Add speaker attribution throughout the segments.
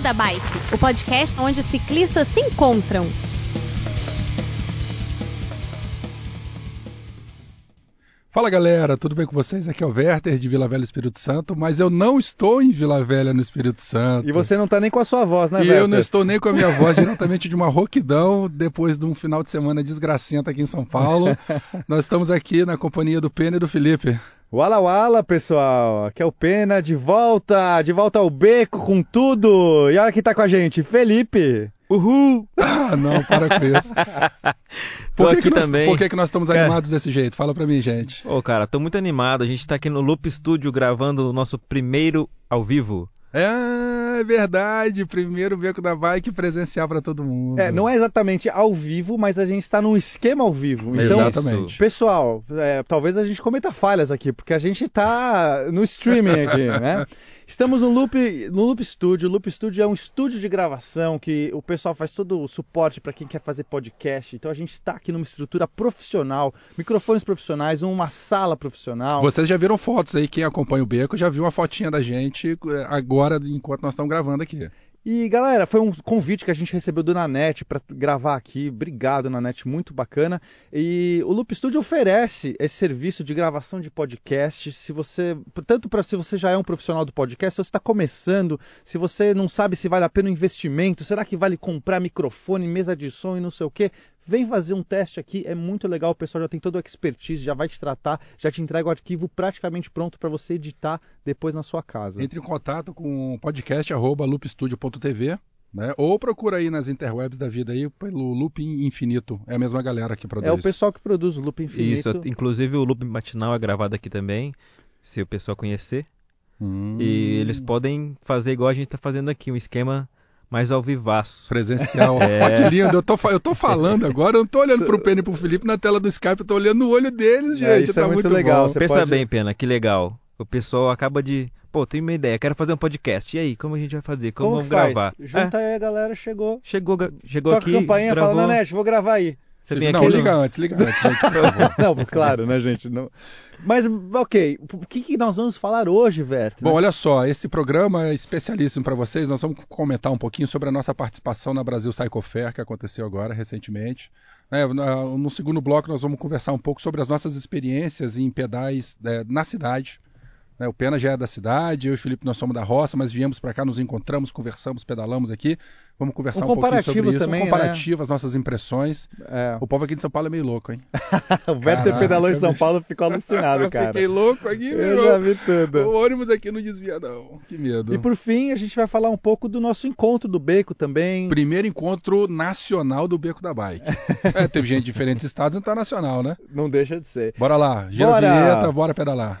Speaker 1: da Bike, o podcast onde os ciclistas se encontram.
Speaker 2: Fala galera, tudo bem com vocês? Aqui é o Werther de Vila Velha Espírito Santo, mas eu não estou em Vila Velha no Espírito Santo.
Speaker 3: E você não tá nem com a sua voz,
Speaker 2: E
Speaker 3: né, Werther?
Speaker 2: eu não estou nem com a minha voz diretamente de uma roquidão depois de um final de semana desgracenta aqui em São Paulo. Nós estamos aqui na companhia do Pena e do Felipe.
Speaker 3: Wala wala, pessoal. Aqui é o Pena, de volta, de volta ao beco com tudo. E olha quem tá com a gente, Felipe.
Speaker 4: Uhul!
Speaker 2: Ah, não, para com isso.
Speaker 4: Tô
Speaker 2: Por que,
Speaker 4: aqui
Speaker 2: que nós,
Speaker 4: também.
Speaker 2: por que que nós estamos
Speaker 3: É.
Speaker 4: Cara.
Speaker 2: animados desse jeito? Fala pra mim, gente.
Speaker 4: Ô, cara, tô muito animado. A gente tá aqui no Loop Studio gravando o nosso primeiro ao vivo.
Speaker 2: É verdade, primeiro beco da bike presencial para todo mundo.
Speaker 3: É, não é exatamente ao vivo, mas a gente tá num esquema ao vivo. Então,
Speaker 2: Exatamente.
Speaker 3: pessoal, é, talvez a gente cometa falhas aqui, porque a gente tá no streaming aqui, né? Estamos no Loop, no Loop Studio. O Loop Studio é um estúdio de gravação que o pessoal faz todo o suporte para quem quer fazer podcast. Então a gente está aqui numa estrutura profissional, microfones profissionais, uma sala profissional.
Speaker 2: Vocês já viram fotos aí, quem acompanha o Beco já viu uma fotinha da gente eh, agora, enquanto nós estamos gravando aqui.
Speaker 3: E galera, foi um convite que a gente recebeu do Nanete para gravar aqui. Obrigado, Nanete, muito bacana. E o Loop Studio oferece esse serviço de gravação de podcast. Se você, tanto para se você já é um profissional do podcast, se você está começando, se você não sabe se vale a pena o investimento, será que vale comprar microfone, mesa de som e não sei o quê? Vem fazer um teste aqui, é muito legal. O pessoal já tem toda a expertise, já vai te tratar, já te entrega o arquivo praticamente pronto para você editar depois na sua casa.
Speaker 2: Entre em contato com podcast.loopstudio.tv né? ou procura aí nas interwebs da vida aí pelo Loop Infinito. É a mesma galera que produz.
Speaker 3: É o pessoal que produz o Loop Infinito.
Speaker 4: Isso, inclusive o Loop Matinal é gravado aqui também, se o pessoal conhecer.
Speaker 2: Hum,
Speaker 4: E eles podem fazer igual a gente tá fazendo aqui, um esquema mais ao vivaço. É,
Speaker 2: Presencial. Ó,
Speaker 3: É.
Speaker 2: que lindo. Eu tô, fa- eu tô falando agora, eu não tô olhando pro Pena e pro Felipe na tela do Skype, eu tô olhando no olho deles, gente.
Speaker 3: É, isso
Speaker 2: tá
Speaker 3: é muito legal.
Speaker 2: bom.
Speaker 3: Você
Speaker 4: Pensa
Speaker 3: pode-
Speaker 4: bem, Pena, que legal. O pessoal acaba de... Pô, tenho uma ideia, quero fazer um podcast. E aí, como a gente vai fazer? Como,
Speaker 3: Como
Speaker 4: vamos
Speaker 3: que faz?
Speaker 4: gravar?
Speaker 3: Junta aí a galera, chegou.
Speaker 4: É, chegou ga- chegou
Speaker 3: Toca
Speaker 4: aqui,
Speaker 3: a campainha,
Speaker 4: gravou,
Speaker 3: fala, Nanete, vou gravar aí.
Speaker 4: você vem
Speaker 2: não,
Speaker 4: aqui...
Speaker 2: liga antes, liga antes, gente, por favor.
Speaker 3: Não, claro, né, gente? Não... Mas, ok, o que, que nós vamos falar hoje, Vert?
Speaker 2: Bom, olha só, esse programa é especialíssimo para vocês. Nós vamos comentar um pouquinho sobre a nossa participação na Brasil Cycle Fair, que aconteceu agora recentemente. É, na- no segundo bloco, nós vamos conversar um pouco sobre as nossas experiências em pedais é, na cidade. né? O Pena já é da cidade, eu e o Felipe nós somos da roça, mas viemos para cá, nos encontramos, conversamos, pedalamos aqui. Vamos conversar
Speaker 3: Um
Speaker 2: um, pouquinho sobre
Speaker 3: comparativo
Speaker 2: isso,
Speaker 3: também,
Speaker 2: um comparativo, as nossas impressões.
Speaker 3: É,
Speaker 2: O povo aqui de São Paulo é meio louco, hein?
Speaker 3: o Werther
Speaker 2: Caraca,
Speaker 3: pedalou em São
Speaker 2: bicho.
Speaker 3: Paulo e ficou alucinado, é cara.
Speaker 2: Fiquei louco aqui,
Speaker 3: Eu já
Speaker 2: meu.
Speaker 3: vi tudo.
Speaker 2: O ônibus aqui não desvia, não. Que medo.
Speaker 3: E por fim, a gente vai falar um pouco do nosso encontro do Beco também.
Speaker 2: Primeiro encontro nacional do Beco da Bike. É, teve gente de diferentes estados, então é nacional, né?
Speaker 3: Não deixa de ser.
Speaker 2: Bora lá, gira
Speaker 3: Bora!
Speaker 2: a vinheta, bora pedalar.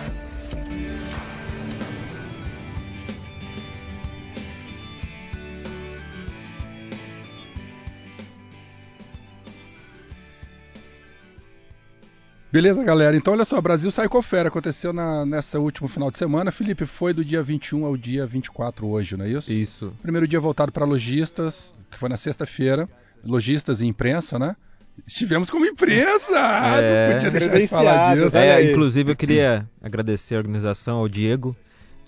Speaker 2: Beleza, galera? Então, olha só, Brasil Cycle Fair aconteceu na, nessa último final de semana. Felipe, foi do dia 21 ao dia 24 hoje, não é isso?
Speaker 4: Isso.
Speaker 2: Primeiro dia voltado para lojistas, que foi na sexta-feira. Lojistas e imprensa, né? Estivemos como imprensa! Ah,
Speaker 4: É.
Speaker 2: Não podia deixar de falar
Speaker 3: Credenciados,
Speaker 2: disso.
Speaker 3: Olha
Speaker 4: É,
Speaker 3: aí.
Speaker 4: inclusive eu queria agradecer a organização ao Diego,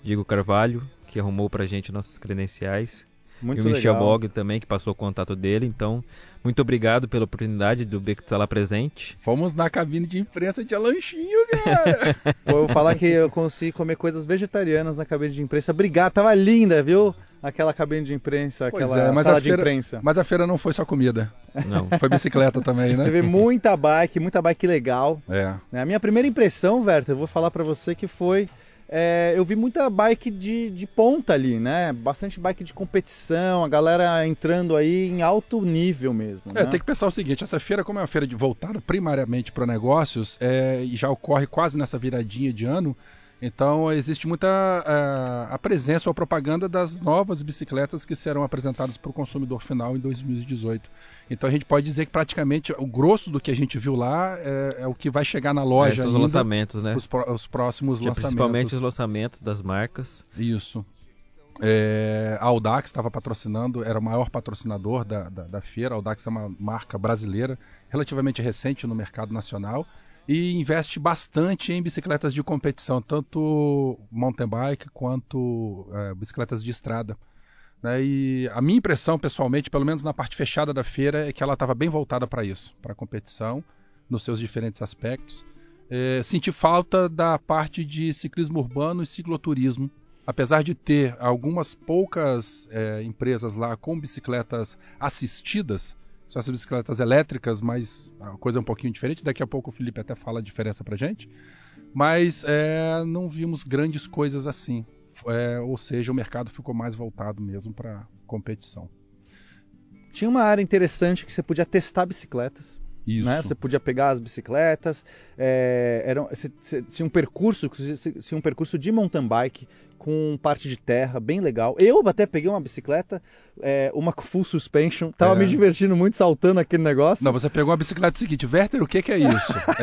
Speaker 4: Diego Carvalho, que arrumou pra gente nossos credenciais.
Speaker 3: Muito
Speaker 4: e o Michel
Speaker 3: legal.
Speaker 4: Bog também, que passou o contato dele. Então, muito obrigado pela oportunidade do Beco estar lá presente.
Speaker 2: Fomos na cabine de imprensa, tinha lanchinho, cara!
Speaker 3: Pô, eu vou falar que eu consegui comer coisas vegetarianas na cabine de imprensa. Obrigado, tava linda, viu? Aquela cabine de imprensa,
Speaker 2: Pois
Speaker 3: aquela
Speaker 2: é, mas
Speaker 3: sala
Speaker 2: a
Speaker 3: de
Speaker 2: feira-
Speaker 3: imprensa.
Speaker 2: Mas a feira não foi só comida,
Speaker 4: Não.
Speaker 2: foi bicicleta também, né?
Speaker 3: Teve muita bike, muita bike legal.
Speaker 2: É.
Speaker 3: né? A minha primeira impressão, Werther, eu vou falar pra você que foi. é, eu vi muita bike de, de ponta ali, né? Bastante bike de competição, a galera entrando aí em alto nível mesmo.
Speaker 2: É,
Speaker 3: né?
Speaker 2: tem que pensar o seguinte, essa feira, como é uma feira de- voltada primariamente para negócios, é, e já ocorre quase nessa viradinha de ano, então existe muita ah, a presença ou a propaganda das novas bicicletas que serão apresentadas para o consumidor final em 2018. Então a gente pode dizer que praticamente o grosso do que a gente viu lá é, é o que vai chegar na
Speaker 4: É,
Speaker 2: loja
Speaker 4: são os
Speaker 2: ainda,
Speaker 4: lançamentos, né?
Speaker 2: os, pró- os próximos
Speaker 4: Que é
Speaker 2: lançamentos.
Speaker 4: principalmente os lançamentos das marcas.
Speaker 2: Isso. É, a Audax estava patrocinando, era o maior patrocinador da, da, da feira. A Audax é uma marca brasileira relativamente recente no mercado nacional e investe bastante em bicicletas de competição, tanto mountain bike quanto é, bicicletas de estrada. né? E a minha impressão, pessoalmente, pelo menos na parte fechada da feira, é que ela estava bem voltada para isso, para a competição, nos seus diferentes aspectos. É, senti falta da parte de ciclismo urbano e cicloturismo. Apesar de ter algumas poucas é, empresas lá com bicicletas assistidas, são essas bicicletas elétricas, mas a coisa é um pouquinho diferente. Daqui a pouco o Felipe até fala a diferença pra gente. Mas é, não vimos grandes coisas assim. É, ou seja, o mercado ficou mais voltado mesmo para competição.
Speaker 3: Tinha uma área interessante que você podia testar bicicletas.
Speaker 2: Isso.
Speaker 3: né? Você podia pegar as bicicletas, é, eram, você- você- tinha um percurso, você- tinha um percurso de mountain bike com parte de terra, bem legal. Eu até peguei uma bicicleta, é, uma full suspension, tava
Speaker 2: É.
Speaker 3: me divertindo muito saltando aquele negócio.
Speaker 2: Não, você pegou a bicicleta seguinte, Werther, o que, que é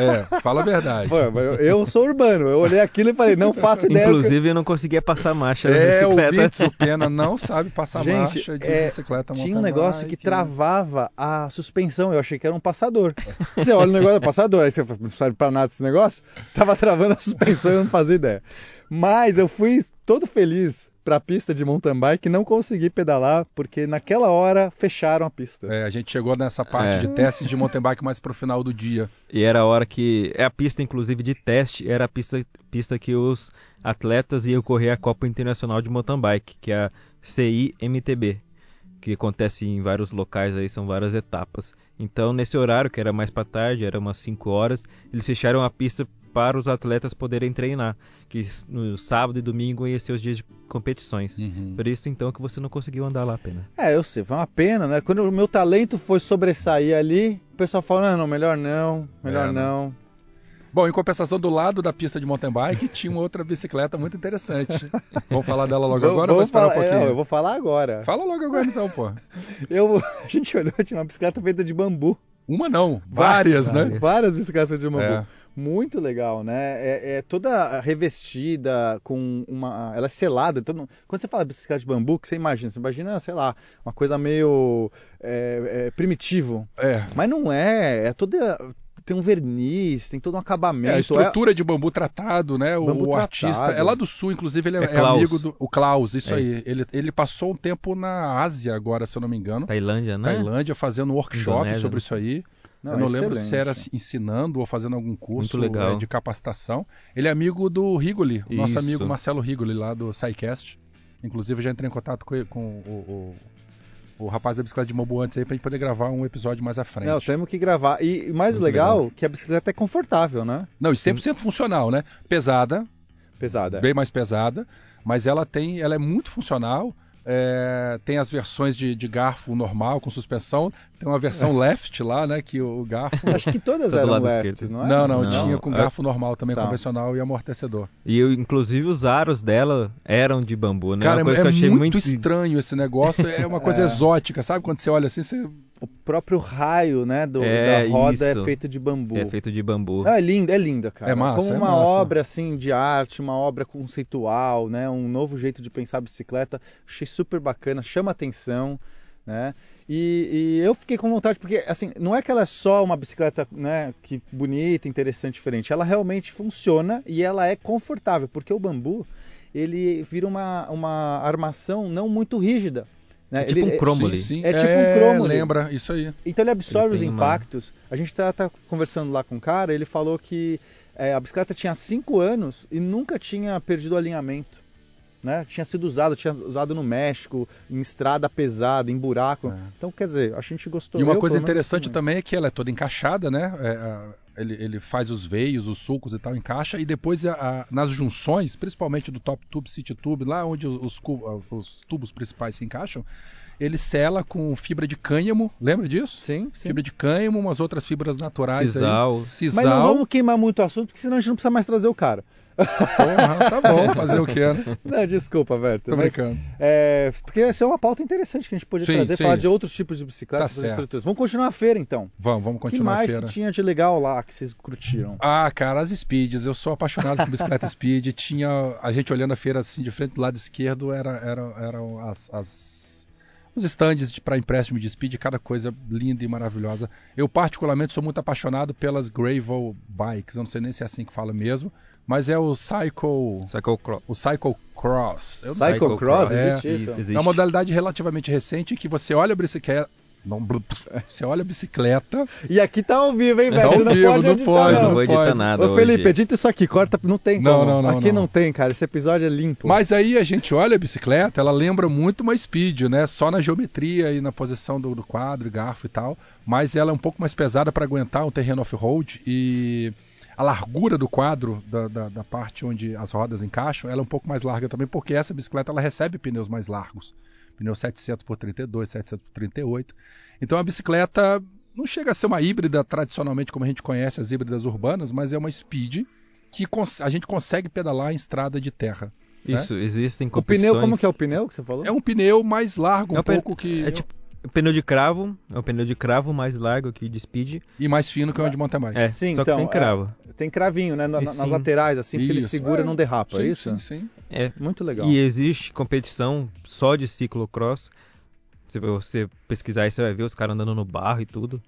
Speaker 2: isso? é, fala a verdade.
Speaker 3: Pô, mas eu, eu sou urbano, eu olhei aquilo e falei, não faço ideia. do que-
Speaker 4: Inclusive, eu não conseguia passar marcha na
Speaker 2: É, o
Speaker 4: bicicleta.
Speaker 2: Vitsu Pena não sabe passar
Speaker 3: Gente,
Speaker 2: marcha de
Speaker 3: é,
Speaker 2: bicicleta
Speaker 3: Tinha um
Speaker 2: mountain
Speaker 3: negócio que
Speaker 2: bike. né?
Speaker 3: travava a suspensão, eu achei que era um passador. Você olha o negócio, é passador, aí você fala, não serve pra nada esse negócio. Tava travando a suspensão, eu não fazia ideia. Mas eu fui todo feliz pra pista de mountain bike, não consegui pedalar, porque naquela hora fecharam a pista.
Speaker 2: É, a gente chegou nessa parte
Speaker 4: É.
Speaker 2: de testes de mountain bike mais pro final do dia.
Speaker 4: E era a hora que. É a pista, inclusive, de teste, era a pista, pista que os atletas iam correr a Copa Internacional de Mountain Bike, que é a CIMTB, que acontece em vários locais aí, são várias etapas. Então, nesse horário, que era mais pra tarde, era umas 5 horas, eles fecharam a pista para os atletas poderem treinar, que s- no sábado e domingo iam ser os dias de competições.
Speaker 2: Uhum.
Speaker 4: Por isso, então, que você não conseguiu andar lá, pena.
Speaker 3: É, eu sei, foi uma pena, né? Quando o meu talento foi sobressair ali, o pessoal falou, não, não, melhor não, melhor
Speaker 2: É, né?
Speaker 3: não.
Speaker 2: Bom, em compensação, do lado da pista de mountain bike tinha uma outra bicicleta muito interessante. Vamos falar dela logo
Speaker 3: Vou-
Speaker 2: agora ou
Speaker 3: vou
Speaker 2: vou esperar um
Speaker 3: falar- é,
Speaker 2: pouquinho?
Speaker 3: não, eu vou falar agora.
Speaker 2: Fala logo agora então, pô.
Speaker 3: Eu, a gente olhou, tinha uma bicicleta feita de bambu.
Speaker 2: Uma não, várias, né?
Speaker 3: Várias bicicletas feitas de bambu.
Speaker 2: É.
Speaker 3: Muito legal, né? É, é toda revestida com uma. Ela é selada. Então, quando você fala bicicleta de bambu, o que você imagina? Você imagina, sei lá, uma coisa meio é, é, primitivo.
Speaker 2: É.
Speaker 3: Mas não é. É toda. Tem um verniz, tem todo um
Speaker 2: É, a
Speaker 3: acabamento. é-
Speaker 2: estrutura de bambu tratado, né? O,
Speaker 3: Bambu
Speaker 2: o artista.
Speaker 3: tratado.
Speaker 2: É lá do sul, inclusive, ele é,
Speaker 4: É
Speaker 2: é
Speaker 4: Klaus.
Speaker 2: amigo do. O Klaus, isso
Speaker 4: É.
Speaker 2: aí. Ele, ele passou um tempo na Ásia agora, se eu não me engano.
Speaker 4: Tailândia, né?
Speaker 2: Tailândia, fazendo um workshop
Speaker 4: Indonésia,
Speaker 2: sobre
Speaker 4: né?
Speaker 2: isso aí.
Speaker 3: Não,
Speaker 2: eu
Speaker 3: é
Speaker 2: não lembro se
Speaker 3: excelente.
Speaker 2: era assim, se ensinando ou fazendo algum curso
Speaker 4: Muito legal.
Speaker 2: eh, de capacitação. Ele é amigo do Rigoli, o nosso
Speaker 4: Isso.
Speaker 2: amigo Marcelo Rigoli, lá do SciCast. Inclusive, eu já entrei em contato com, ele- com o, o- o rapaz da bicicleta de Mobu antes aí pra gente poder gravar um episódio mais à frente.
Speaker 3: Não, temos que gravar. E e mais
Speaker 4: Muito
Speaker 3: legal, legal que a bicicleta é confortável, né?
Speaker 2: Não, e 100% funcional, né? Pesada,
Speaker 3: Pesada.
Speaker 2: bem mais pesada, mas ela tem, ela é muito funcional. é, tem as versões de, de garfo normal com suspensão, tem uma versão left lá, né? Que o garfo.
Speaker 3: Acho que todas
Speaker 4: Tá do
Speaker 3: eram
Speaker 4: lado
Speaker 3: lefts,
Speaker 4: esquerdo.
Speaker 3: não é?
Speaker 2: Não, não,
Speaker 4: Não.
Speaker 2: tinha com
Speaker 4: Ah.
Speaker 2: garfo normal também,
Speaker 3: Tá.
Speaker 2: convencional e amortecedor.
Speaker 4: E eu, inclusive os aros dela eram de bambu, né?
Speaker 2: Cara,
Speaker 4: uma coisa
Speaker 2: é
Speaker 4: que eu achei
Speaker 2: muito,
Speaker 4: muito,
Speaker 2: estranho esse negócio, é uma coisa
Speaker 3: É.
Speaker 2: exótica, sabe? Quando você olha assim, você.
Speaker 3: O próprio raio, né, do,
Speaker 4: É,
Speaker 3: da roda é
Speaker 4: isso.
Speaker 3: feito de bambu.
Speaker 4: É feito de bambu.
Speaker 3: Ah, é linda, é linda, cara.
Speaker 2: É massa,
Speaker 3: Como
Speaker 2: é
Speaker 3: uma
Speaker 2: massa.
Speaker 3: obra assim de arte, uma obra conceitual, né, um novo jeito de pensar a bicicleta, achei super bacana, chama atenção, né? E, e eu fiquei com vontade porque assim, não é que ela é só uma bicicleta, né, que bonita, interessante, diferente. Ela realmente funciona e ela é confortável, porque o bambu ele vira uma, uma armação não muito rígida. Né?
Speaker 4: É tipo
Speaker 3: Ele-
Speaker 4: um cromoli.
Speaker 2: Sim, sim.
Speaker 3: É tipo um cromo, né?
Speaker 2: Lembra, isso aí.
Speaker 3: Então ele absorve
Speaker 4: Ele
Speaker 3: os
Speaker 4: tem uma-
Speaker 3: impactos. A gente tá, tá conversando lá com um cara, ele falou que é, a bicicleta tinha 5 anos e nunca tinha perdido o alinhamento. Né? Tinha sido usado, tinha usado no México, em estrada pesada, em buraco.
Speaker 2: É.
Speaker 3: Então, quer dizer, a gente gostou.
Speaker 2: E uma
Speaker 3: eu,
Speaker 2: coisa
Speaker 3: pelo menos,
Speaker 2: interessante
Speaker 3: também.
Speaker 2: também é que ela é toda encaixada, né? É, a- ele, ele faz os veios, os sulcos e tal, encaixa, e depois a- a- nas junções, principalmente do top tube, city tube, lá onde os, os cu- ah, os tubos principais se encaixam, ele sela com fibra de cânhamo, lembra disso?
Speaker 3: Sim, sim.
Speaker 2: Fibra de cânhamo, umas outras fibras naturais
Speaker 4: Sisal.
Speaker 2: aí. Sisal.
Speaker 3: Mas não vamos queimar muito o assunto, porque senão a gente não precisa mais trazer o cara.
Speaker 2: Porra, tá bom, fazer o que é. né?
Speaker 3: Não, desculpa, Berto.
Speaker 2: Tô
Speaker 3: mas,
Speaker 2: brincando.
Speaker 3: é, porque essa é uma pauta interessante que a gente podia
Speaker 2: Sim,
Speaker 3: trazer,
Speaker 2: sim.
Speaker 3: falar de outros tipos de bicicletas,
Speaker 2: Tá
Speaker 3: outras
Speaker 2: certo.
Speaker 3: estruturas. Vamos continuar a feira, então.
Speaker 2: Vamos, vamos
Speaker 3: O que
Speaker 2: continuar a
Speaker 3: mais
Speaker 2: feira.
Speaker 3: que tinha de legal lá que vocês curtiram?
Speaker 2: Ah, cara, as speeds. Eu sou apaixonado por bicicleta speed. Tinha a gente olhando a feira assim de frente do lado esquerdo era era eram as, as- os stands para empréstimo de speed, cada coisa linda e maravilhosa. Eu particularmente sou muito apaixonado pelas gravel bikes. Eu não sei nem se é assim que fala mesmo, mas é o cycle,
Speaker 4: Só que eu cro-
Speaker 2: o cycle cross. Eu não
Speaker 3: Cycle
Speaker 4: Cycle
Speaker 3: cross?
Speaker 4: cross,
Speaker 3: Existe
Speaker 4: e-
Speaker 3: isso?
Speaker 2: é uma modalidade relativamente recente que você olha a bicicleta. Não, blup, você olha a bicicleta.
Speaker 3: E aqui tá ao vivo, hein, Beto?
Speaker 2: É ao
Speaker 3: não
Speaker 2: vivo,
Speaker 3: pode
Speaker 2: não
Speaker 3: editar,
Speaker 2: pode,
Speaker 4: Eu
Speaker 3: não.
Speaker 4: não vou editar
Speaker 2: pode.
Speaker 4: nada.
Speaker 3: Ô, Felipe,
Speaker 4: hoje.
Speaker 3: edita isso aqui, corta. Não tem
Speaker 2: Não,
Speaker 3: como.
Speaker 2: não, não,
Speaker 3: Aqui não.
Speaker 2: não.
Speaker 3: tem, cara. Esse episódio é limpo.
Speaker 2: Mas aí a gente olha a bicicleta, ela lembra muito uma speed, né? Só na geometria e na posição do, do quadro, garfo e tal. Mas ela é um pouco mais pesada para aguentar um terreno off-road e a largura do quadro, da, da- da parte onde as rodas encaixam, ela é um pouco mais larga também, porque essa bicicleta ela recebe pneus mais largos. Pneu 700 por 32, 700 por 38. Então a bicicleta não chega a ser uma híbrida tradicionalmente como a gente conhece as híbridas urbanas, mas é uma speed que cons- a gente consegue pedalar em estrada de terra.
Speaker 4: Isso, existem
Speaker 3: O pneu,
Speaker 4: competições.
Speaker 3: como que é o pneu que você falou?
Speaker 2: É um pneu mais largo, um
Speaker 4: É um pe-
Speaker 2: pouco que.
Speaker 4: É tipo o pneu de cravo, é um pneu de cravo mais largo que o de speed.
Speaker 2: E mais fino que o de mountain bike.
Speaker 4: É,
Speaker 3: Sim,
Speaker 4: só
Speaker 3: então,
Speaker 4: que tem
Speaker 3: é-
Speaker 4: cravo.
Speaker 3: Tem cravinho, né? na- na- nas
Speaker 4: Sim.
Speaker 3: laterais, assim, porque ele
Speaker 2: Isso.
Speaker 3: segura e
Speaker 2: É,
Speaker 3: não derrapa, é
Speaker 2: Sim,
Speaker 3: isso?
Speaker 2: sim, sim.
Speaker 4: É.
Speaker 3: Muito legal.
Speaker 4: E existe competição só de ciclocross. Se você pesquisar aí, você vai ver os caras andando no barro e tudo.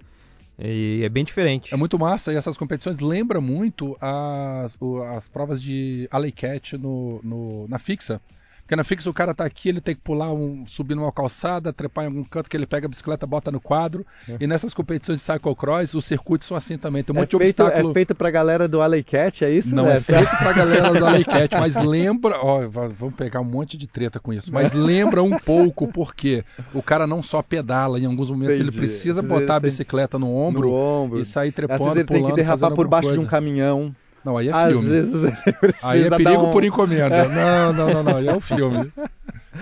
Speaker 4: E é bem diferente.
Speaker 2: É muito massa e essas competições lembram muito as, o- as provas de alley cat no, no- na fixa. Porque na fixa o cara tá aqui, ele tem que pular, um, subir numa calçada, trepar em algum canto que ele pega a bicicleta, bota no quadro. E nessas competições de cyclocross, os circuitos são assim também. Tem um
Speaker 3: é,
Speaker 2: monte de
Speaker 3: feito,
Speaker 2: obstáculo.
Speaker 3: é feito pra galera do Alley Cat, é isso?
Speaker 2: Não
Speaker 3: né?
Speaker 2: é feito pra galera do Aleicat, mas lembra. Ó, va- vamos pegar um monte de treta com isso. Mas lembra um pouco, porque o cara não só pedala, em alguns momentos
Speaker 3: Entendi.
Speaker 2: ele precisa
Speaker 3: Às vezes
Speaker 2: botar a
Speaker 3: ele tem-
Speaker 2: bicicleta no ombro,
Speaker 3: ombro, no ombro.
Speaker 2: e sair
Speaker 3: Às
Speaker 2: trepando,
Speaker 3: vezes ele tem
Speaker 2: pulando,
Speaker 3: que derrapar
Speaker 2: fazendo
Speaker 3: por
Speaker 2: alguma
Speaker 3: baixo de um
Speaker 2: coisa.
Speaker 3: caminhão.
Speaker 2: Não, aí é
Speaker 3: Às
Speaker 2: filme.
Speaker 3: vezes ele precisa
Speaker 2: Aí é
Speaker 3: dar
Speaker 2: perigo
Speaker 3: um-
Speaker 2: por encomenda. Não, não, não, não. Aí é o filme.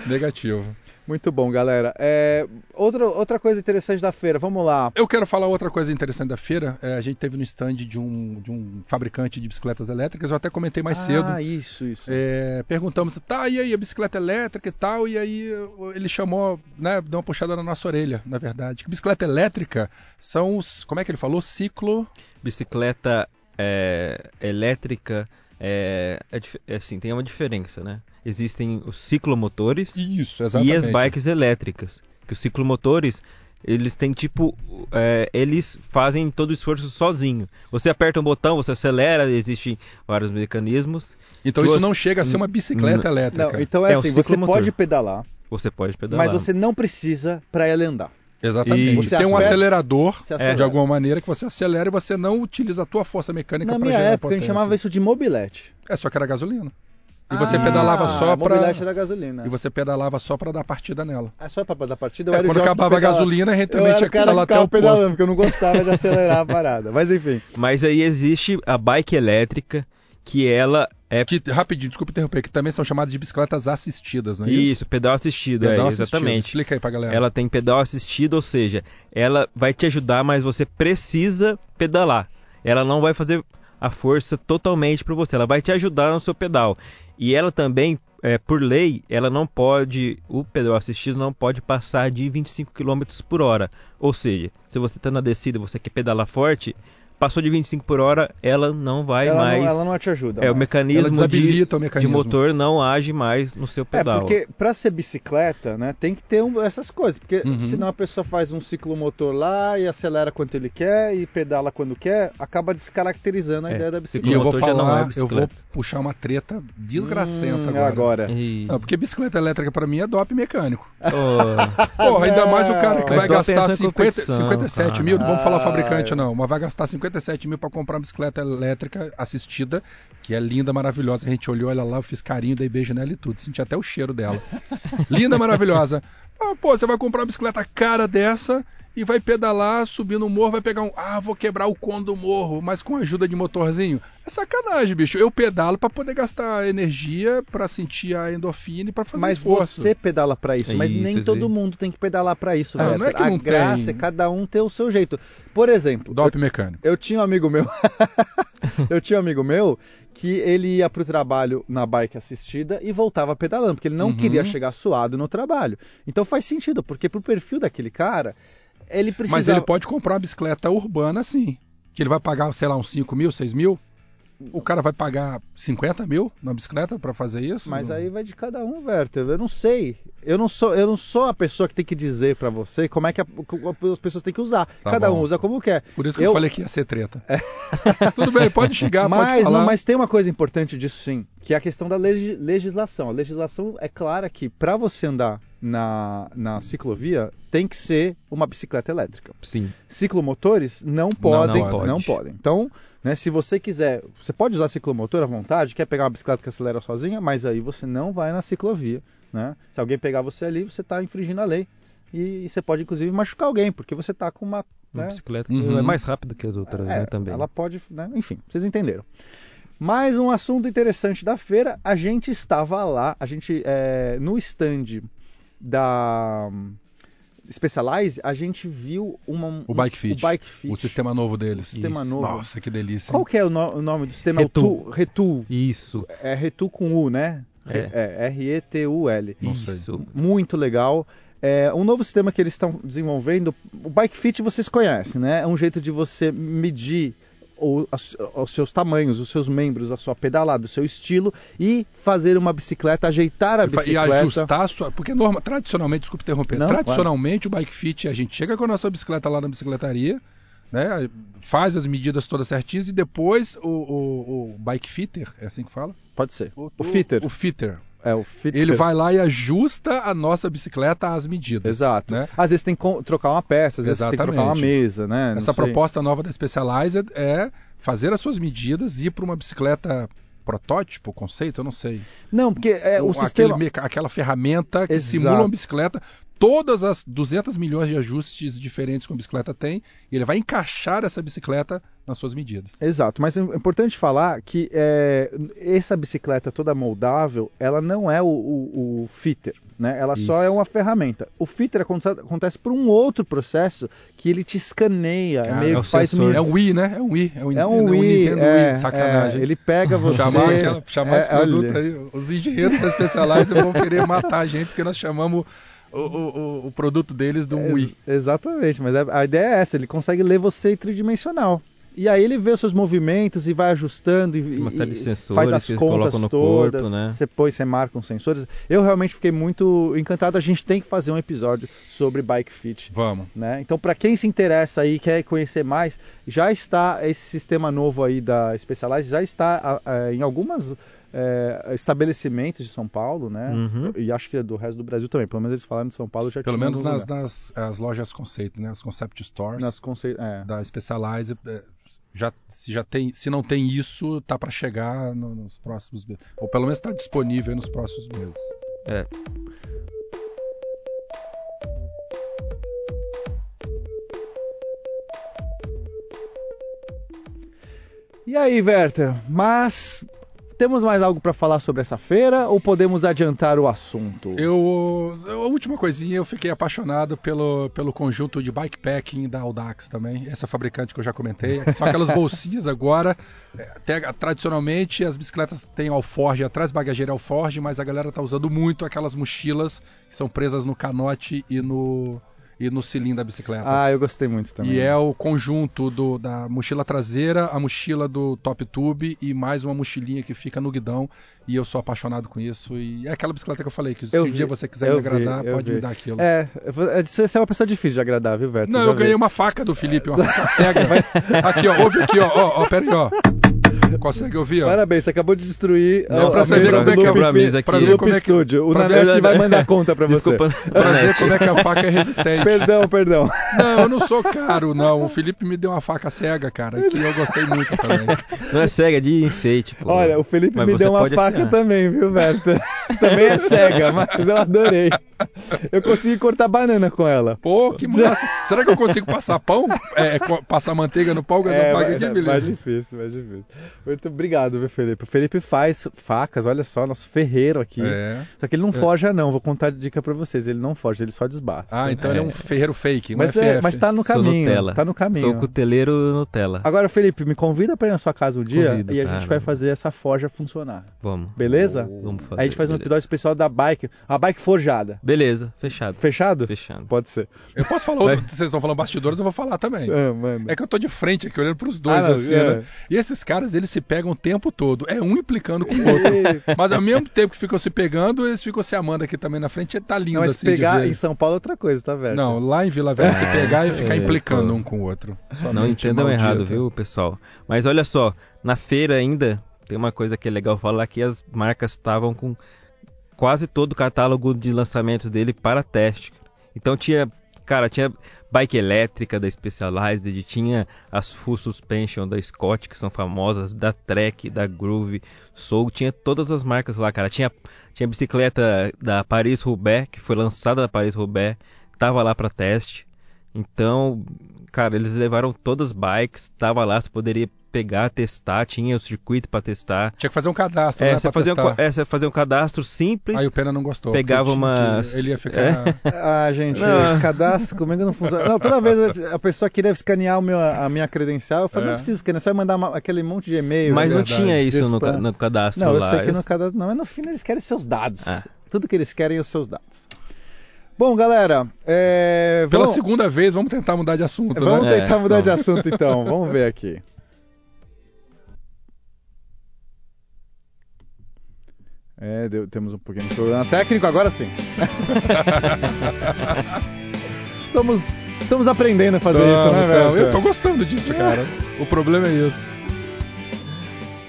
Speaker 2: Negativo.
Speaker 3: Muito bom, galera. É, outra, outra coisa interessante da feira, vamos lá.
Speaker 2: Eu quero falar outra coisa interessante da feira. É, a gente teve no stand de um, de um fabricante de bicicletas elétricas. Eu até comentei É mais cedo.
Speaker 3: Ah, isso, isso.
Speaker 2: É, perguntamos, tá, e aí, a bicicleta elétrica e tal, e aí uh, ele chamou, né, deu uma puxada na nossa orelha, na verdade. Que bicicleta elétrica são os, como é que ele falou? Ciclo,
Speaker 4: Bicicleta é, elétrica é, é dif- é assim, tem uma diferença, né? Existem os ciclomotores
Speaker 2: isso,
Speaker 4: e
Speaker 2: exatamente.
Speaker 4: as bikes elétricas. Que os ciclomotores, eles têm tipo. é, eles fazem todo o esforço sozinho. Você aperta um botão, você acelera, existem vários mecanismos.
Speaker 2: Então isso
Speaker 4: Você-
Speaker 2: não chega a ser uma bicicleta elétrica.
Speaker 3: Não, então é,
Speaker 4: É, o
Speaker 3: assim, você
Speaker 4: ciclomotor.
Speaker 3: pode pedalar,
Speaker 4: Você pode pedalar.
Speaker 3: mas você não precisa pra ela andar.
Speaker 2: Exatamente.
Speaker 4: E-
Speaker 2: Você tem um
Speaker 3: Você
Speaker 2: acelerador,
Speaker 3: Você acelera.
Speaker 2: de alguma maneira, que você acelera e você não utiliza a tua força mecânica
Speaker 3: Na
Speaker 2: para
Speaker 3: minha
Speaker 2: gerar
Speaker 3: época, a gente
Speaker 2: potência.
Speaker 3: chamava isso de mobilete.
Speaker 2: É só que era gasolina. é assim. E você
Speaker 3: Ah,
Speaker 2: pedalava só para
Speaker 3: Mobilete era gasolina.
Speaker 2: e você pedalava só para dar partida nela.
Speaker 3: Ah, só pra dar partida? eu
Speaker 2: É,
Speaker 3: era o
Speaker 2: quando
Speaker 3: idiota que
Speaker 2: acabava a
Speaker 3: pedalava.
Speaker 2: gasolina, a gente
Speaker 3: Eu
Speaker 2: também
Speaker 3: era
Speaker 2: tinha
Speaker 3: o
Speaker 2: que
Speaker 3: cara
Speaker 2: pedalar
Speaker 3: que
Speaker 2: até
Speaker 3: ficava
Speaker 2: o posto.
Speaker 3: pedalando, porque eu não gostava de acelerar a parada. Mas enfim.
Speaker 4: Mas aí existe a bike elétrica, que ela é.
Speaker 2: Que, rapidinho, desculpa interromper, que também são chamadas de bicicletas assistidas, não é isso?
Speaker 4: Isso, pedal assistido,
Speaker 2: Pedal
Speaker 4: é,
Speaker 2: assistido.
Speaker 4: exatamente.
Speaker 2: Explica aí pra
Speaker 3: É.
Speaker 2: galera.
Speaker 4: Ela tem pedal assistido, ou seja, ela vai te ajudar, mas você precisa pedalar. Ela não vai fazer a força totalmente para você, ela vai te ajudar no seu pedal. E ela também, é, por lei, ela não pode, o pedal assistido não pode passar de 25 km por hora. Ou seja, se você está na descida e você quer pedalar forte, passou de 25 por hora, ela não vai
Speaker 3: ela,
Speaker 4: mais.
Speaker 3: não, ela não te ajuda.
Speaker 4: é o
Speaker 3: mais.
Speaker 2: Ela
Speaker 4: mecanismo, de,
Speaker 2: desabilita o
Speaker 4: de
Speaker 2: mecanismo.
Speaker 4: motor não age mais no seu
Speaker 3: É,
Speaker 4: pedal.
Speaker 3: porque pra ser bicicleta, né, tem que ter um- essas coisas. Porque
Speaker 2: Uhum.
Speaker 3: senão a pessoa faz um ciclomotor lá e acelera quanto ele quer e pedala quando quer, acaba descaracterizando a
Speaker 4: É,
Speaker 3: ideia da
Speaker 2: E
Speaker 3: bicicleta.
Speaker 2: eu vou
Speaker 4: Motor já não
Speaker 2: falar,
Speaker 4: é
Speaker 2: eu
Speaker 4: bicicleta.
Speaker 2: vou puxar uma treta desgracenta
Speaker 3: Hum,
Speaker 2: agora.
Speaker 4: E-
Speaker 2: Não, porque bicicleta elétrica pra mim é dop mecânico.
Speaker 4: Oh.
Speaker 2: Porra, ainda mais o cara que
Speaker 4: Mas
Speaker 2: vai
Speaker 4: dop é
Speaker 2: gastar
Speaker 4: essa
Speaker 2: 50,
Speaker 4: competição,
Speaker 2: 57
Speaker 4: cara.
Speaker 2: mil, não vamos falar
Speaker 3: Ah,
Speaker 2: fabricante não, mas vai gastar 57 mil pra comprar uma bicicleta elétrica assistida, que é linda, maravilhosa. A gente olhou ela lá, eu fiz carinho, dei beijo nela e tudo, senti até o cheiro dela. linda, maravilhosa. Ah, pô, você vai comprar uma bicicleta cara dessa e vai pedalar, subir no morro, vai pegar um. Ah, vou quebrar o cone do morro, mas com a ajuda de motorzinho. É sacanagem, bicho. Eu pedalo pra poder gastar energia, pra sentir a endorfina e pra fazer
Speaker 3: Mas
Speaker 2: um esforço.
Speaker 3: você pedala pra isso,
Speaker 4: É
Speaker 3: mas
Speaker 4: isso,
Speaker 3: nem
Speaker 4: isso
Speaker 3: todo
Speaker 4: aí.
Speaker 3: mundo tem que pedalar pra isso,
Speaker 2: Ah,
Speaker 3: velho.
Speaker 2: não é que
Speaker 3: a
Speaker 2: não
Speaker 3: graça
Speaker 2: tem.
Speaker 3: é cada um ter o seu jeito. Por exemplo,
Speaker 2: Dope mecânico.
Speaker 3: Eu tinha um amigo meu. eu tinha um amigo meu que ele ia pro trabalho na bike assistida e voltava pedalando, porque ele não
Speaker 2: Uhum.
Speaker 3: queria chegar suado no trabalho. Então faz sentido, porque pro perfil daquele cara, ele precisa.
Speaker 2: Mas ele pode comprar uma bicicleta urbana, sim. Que ele vai pagar, sei lá, uns 5 mil, 6 mil. O cara vai pagar 50 mil na bicicleta pra fazer isso?
Speaker 3: Mas aí vai de cada um, Werther. Eu não sei. Eu não sou, eu não sou a pessoa que tem que dizer pra você como é que a- as pessoas têm que usar.
Speaker 2: Tá
Speaker 3: cada
Speaker 2: bom.
Speaker 3: um usa como quer.
Speaker 2: Por isso que eu,
Speaker 3: eu- É.
Speaker 2: falei que ia ser treta. Tudo bem, pode chegar, pode
Speaker 3: Mas,
Speaker 2: falar.
Speaker 3: não, mas tem uma coisa importante disso sim, que é a questão da legi- legislação. A legislação é clara que para você andar na, na ciclovia tem que ser uma bicicleta elétrica.
Speaker 4: Sim.
Speaker 3: Ciclomotores não podem, não,
Speaker 4: não pode.
Speaker 3: podem. Então, né, se você quiser, você pode usar ciclomotor à vontade, quer pegar uma bicicleta que acelera sozinha, mas aí você não vai na ciclovia, né? Se alguém pegar você ali, você está infringindo a lei e, e você pode inclusive machucar alguém porque você está com uma
Speaker 4: Uma
Speaker 3: né,
Speaker 4: bicicleta
Speaker 2: Uhum.
Speaker 4: é mais rápida que as outras,
Speaker 3: é,
Speaker 4: né? Também.
Speaker 3: Ela pode, né? enfim, vocês entenderam. Mais um assunto interessante da feira, a gente estava lá, a gente é, no stand da hum, Specialize, a gente viu uma, um,
Speaker 2: O Bike Fit.
Speaker 3: o Bike Fit.
Speaker 2: O sistema assim. novo deles.
Speaker 3: Sistema
Speaker 2: Isso.
Speaker 3: novo.
Speaker 2: Nossa, que delícia. hein?
Speaker 3: Qual que é o, no- o nome do sistema?
Speaker 4: Retul.
Speaker 3: O Tu- Retul.
Speaker 4: Isso.
Speaker 3: É Retul com U, né? Re- é R-E-T-U-L.
Speaker 2: Não sei.
Speaker 4: isso.
Speaker 3: Muito legal. É um novo sistema que eles estão desenvolvendo. O Bike Fit vocês conhecem, né? É um jeito de você medir o- as- os seus tamanhos, os seus membros, a sua pedalada, o seu estilo e fazer uma bicicleta, ajeitar é a
Speaker 2: E fa-
Speaker 3: bicicleta.
Speaker 2: E ajustar a sua. Porque norma, tradicionalmente, desculpa interromper,
Speaker 3: Não,
Speaker 2: tradicionalmente o bike fit, a gente chega com a nossa bicicleta lá na bicicletaria, né? Faz as medidas todas certinhas e depois o, o- o bike fitter, é assim que fala?
Speaker 3: Pode ser. O, fitter.
Speaker 2: O fitter.
Speaker 3: é, o fitter.
Speaker 2: Ele vai lá e ajusta a nossa bicicleta às medidas.
Speaker 3: Exato.
Speaker 2: né?
Speaker 3: Às vezes tem que co- trocar uma peça, às vezes tem que trocar uma
Speaker 2: Exatamente.
Speaker 3: mesa, né? Não
Speaker 2: Essa
Speaker 3: sei.
Speaker 2: proposta nova da Specialized é fazer as suas medidas e ir para uma bicicleta protótipo, conceito, eu não sei.
Speaker 3: Não, porque é, o,
Speaker 2: Ou
Speaker 3: sistema.
Speaker 2: aquele meca- aquela ferramenta que
Speaker 3: Exato.
Speaker 2: simula uma bicicleta. Todas as 200 milhões de ajustes diferentes que uma bicicleta tem, e ele vai encaixar essa bicicleta nas suas medidas.
Speaker 3: Exato, mas é importante falar que é, essa bicicleta toda moldável, ela não é o, o- o fitter, né? Ela só é uma ferramenta. O fitter aconte- acontece por um outro processo que ele te escaneia,
Speaker 2: Cara,
Speaker 3: meio
Speaker 4: é o
Speaker 3: que faz
Speaker 4: sensor.
Speaker 3: meio-
Speaker 2: É um Wii, né? É um Wii. É um,
Speaker 3: é um
Speaker 2: Nintendo-
Speaker 3: Wii,
Speaker 2: Nintendo
Speaker 3: é,
Speaker 2: Wii, sacanagem.
Speaker 3: é, ele pega você.
Speaker 2: Chamar, aquela, chamar esse
Speaker 3: é,
Speaker 2: produto
Speaker 3: olha,
Speaker 2: aí, os engenheiros da Specialized vão querer matar a gente porque nós chamamos o, o- o- o produto deles um do
Speaker 3: ex-
Speaker 2: Wii.
Speaker 3: Exatamente, mas a- a ideia é essa, ele consegue ler você tridimensional. E aí ele vê os seus movimentos e vai ajustando e,
Speaker 4: Uma
Speaker 3: e-
Speaker 4: série de
Speaker 3: e
Speaker 4: sensores
Speaker 3: faz as
Speaker 4: que eles
Speaker 3: contas
Speaker 4: colocam no
Speaker 3: todas.
Speaker 4: corpo, né?
Speaker 3: Você põe, você marca os sensores. Eu realmente fiquei muito encantado. A gente tem que fazer um episódio sobre bike fit.
Speaker 2: Vamos.
Speaker 3: Né? Então, para quem se interessa aí, quer conhecer mais, já está esse sistema novo aí da Specialized, já está a- a- em algumas é, estabelecimentos de São Paulo, né?
Speaker 4: Uhum.
Speaker 3: E acho que é do resto do Brasil também. Pelo menos eles falaram de São Paulo, já
Speaker 2: Pelo
Speaker 3: tinha em
Speaker 2: menos
Speaker 3: algum
Speaker 2: nas,
Speaker 3: lugar.
Speaker 2: nas as lojas conceito, né? As concept stores.
Speaker 3: nas conce- é.
Speaker 2: da Specialized eh, já se já tem se não tem isso tá para chegar no- nos próximos meses ou pelo menos está disponível nos próximos meses
Speaker 4: É.
Speaker 3: E aí, Werther? Mas temos mais algo para falar sobre essa feira ou podemos adiantar o assunto?
Speaker 2: eu, eu- a última coisinha eu fiquei apaixonado pelo, pelo conjunto de bikepacking da Audax também essa fabricante que eu já comentei são aquelas bolsinhas agora eh, até- tradicionalmente as bicicletas têm alforge atrás bagageira alforge mas a galera tá usando muito aquelas mochilas que são presas no canote e no e no cilindro da bicicleta
Speaker 3: Ah, eu gostei muito também.
Speaker 2: E é o conjunto do- da mochila traseira, a mochila do top tube e mais uma mochilinha que fica no guidão. E eu sou apaixonado com isso. E é aquela bicicleta que eu falei, que se
Speaker 3: Eu
Speaker 2: um
Speaker 3: vi,
Speaker 2: dia você quiser
Speaker 3: eu
Speaker 2: me
Speaker 3: vi,
Speaker 2: agradar,
Speaker 3: eu
Speaker 2: pode
Speaker 3: vi.
Speaker 2: me dar aquilo.
Speaker 3: É, é, você é uma pessoa difícil de agradar, viu, É. Werther?
Speaker 2: Não,
Speaker 3: Já
Speaker 2: eu ganhei
Speaker 3: vi.
Speaker 2: uma faca do Felipe, uma faca cega. Aqui, ó, ouve aqui, ó, ó, ó, pera aí, ó. Consegue ouvir, ó?
Speaker 3: Parabéns, você acabou de destruir
Speaker 2: Não,
Speaker 3: a,
Speaker 2: pra
Speaker 3: a
Speaker 2: saber
Speaker 3: mesa
Speaker 2: como é
Speaker 3: do
Speaker 2: que é
Speaker 3: Loop,
Speaker 4: pra mesa aqui.
Speaker 3: do
Speaker 2: Pra ver
Speaker 3: Loop
Speaker 2: como é que-
Speaker 3: Studio. O
Speaker 4: pra ver-
Speaker 3: Nanete vai mandar conta pra você.
Speaker 4: Desculpa,
Speaker 2: Pra ver
Speaker 4: Nanete.
Speaker 2: como é que a faca é resistente.
Speaker 3: Perdão, perdão.
Speaker 2: Não, eu não sou caro, não. O Felipe me deu uma faca cega, cara, que eu gostei muito também.
Speaker 4: Não é cega, é de enfeite. pô.
Speaker 3: Olha, o Felipe
Speaker 4: Mas
Speaker 3: me
Speaker 2: é.
Speaker 4: você
Speaker 3: deu uma
Speaker 4: pode
Speaker 3: faca
Speaker 4: afiar.
Speaker 3: também, viu, Werther? também é cega, mas eu adorei. Eu consegui cortar banana com ela.
Speaker 2: Pô, que massa. Será que eu consigo passar pão? É, co- passar manteiga no pau?
Speaker 3: É,
Speaker 2: É, paga aqui,
Speaker 3: é,
Speaker 2: beleza.
Speaker 3: mais difícil, mais difícil. Muito obrigado, viu, Felipe? O Felipe faz facas, olha só, nosso ferreiro aqui.
Speaker 2: É.
Speaker 3: Só que ele não forja, não. Vou contar a dica pra vocês. Ele não forja, ele só desbarra.
Speaker 2: Ah, então ele é um
Speaker 4: É.
Speaker 2: ferreiro fake, um
Speaker 3: mas,
Speaker 2: FF.
Speaker 3: é, mas tá no
Speaker 4: Sou
Speaker 3: caminho.
Speaker 4: Nutella.
Speaker 3: Tá no caminho. Ah,
Speaker 4: Sou cuteleiro Nutella.
Speaker 3: Agora, Felipe, me convida pra ir na sua casa um dia
Speaker 4: Convido,
Speaker 3: e a gente
Speaker 4: cara.
Speaker 3: vai fazer essa forja funcionar.
Speaker 4: Vamos.
Speaker 3: Beleza?
Speaker 4: Vamos fazer.
Speaker 3: Aí a gente faz um
Speaker 4: beleza.
Speaker 3: episódio especial da bike, a bike forjada.
Speaker 4: Beleza, fechado.
Speaker 3: Fechado?
Speaker 4: Fechado.
Speaker 3: Pode ser.
Speaker 2: Eu posso falar outro, vocês estão falando bastidores, eu vou falar também.
Speaker 3: Ah, manda.
Speaker 2: É que eu tô de frente aqui, olhando pros dois,
Speaker 3: Ah, não,
Speaker 2: assim,
Speaker 3: é.
Speaker 2: né? E esses caras, eles se pegam o tempo todo. É um implicando com o outro. Mas ao mesmo tempo que ficam se pegando, eles ficam se amando aqui também na frente. E tá lindo,
Speaker 3: Não, mas
Speaker 2: assim, de
Speaker 3: pegar
Speaker 2: ver.
Speaker 3: em São Paulo é outra coisa, tá, velho?
Speaker 2: Não, lá em Vila Velha, se pegar e ficar
Speaker 4: é,
Speaker 2: implicando
Speaker 4: pô.
Speaker 2: um com o outro. Sua
Speaker 4: Não
Speaker 2: mente
Speaker 4: entendam
Speaker 2: maldita.
Speaker 4: errado, viu, pessoal? Mas olha só, na feira ainda, tem uma coisa que é legal falar que as marcas estavam com quase todo o catálogo de lançamento dele para teste. Então tinha, cara, tinha bike elétrica da Specialized, tinha as Full Suspension da Scott, que são famosas, da Trek, da Groove, Soul, tinha todas as marcas lá, cara. Tinha, tinha bicicleta da Paris-Roubaix, que foi lançada da Paris-Roubaix, tava lá para teste. Então, cara, eles levaram todas as bikes, tava lá, você poderia pegar, testar, tinha o circuito para testar.
Speaker 2: Tinha que fazer um cadastro,
Speaker 4: É,
Speaker 2: né?
Speaker 4: você
Speaker 2: pra
Speaker 4: fazia, um,
Speaker 2: testar.
Speaker 4: ca- é, você fazia um cadastro simples.
Speaker 2: Aí o Pena não gostou.
Speaker 4: Pegava
Speaker 2: porque tinha
Speaker 4: uma-
Speaker 2: que- Ele ia ficar.
Speaker 3: Ah, gente,
Speaker 4: Não.
Speaker 3: cadastro comigo não funciona. Não, toda vez a a pessoa queria escanear o meu- a minha credencial. Eu falei,
Speaker 2: É.
Speaker 3: não precisa escanear, você vai mandar uma- aquele monte de e-mail.
Speaker 4: mas não
Speaker 2: verdade.
Speaker 4: tinha isso no,
Speaker 3: Spam.
Speaker 4: ca- no cadastro
Speaker 3: Não, eu
Speaker 4: lá.
Speaker 3: sei que
Speaker 4: Eu-
Speaker 3: no cadastro não, mas no fim eles querem seus dados.
Speaker 4: Ah.
Speaker 3: Tudo que eles querem é os seus dados. Bom, galera, é,
Speaker 2: Pela
Speaker 3: vamos,
Speaker 2: segunda vez, vamos tentar mudar de assunto,
Speaker 3: vamos
Speaker 2: né?
Speaker 4: É,
Speaker 3: tentar mudar
Speaker 4: vamos.
Speaker 3: de assunto então. Vamos ver aqui. É, deu- temos um pouquinho de problema técnico, agora sim. estamos, estamos aprendendo a fazer
Speaker 2: Então,
Speaker 3: isso, né,
Speaker 2: então,
Speaker 3: velho? É.
Speaker 2: Eu tô gostando disso, cara. O problema é isso.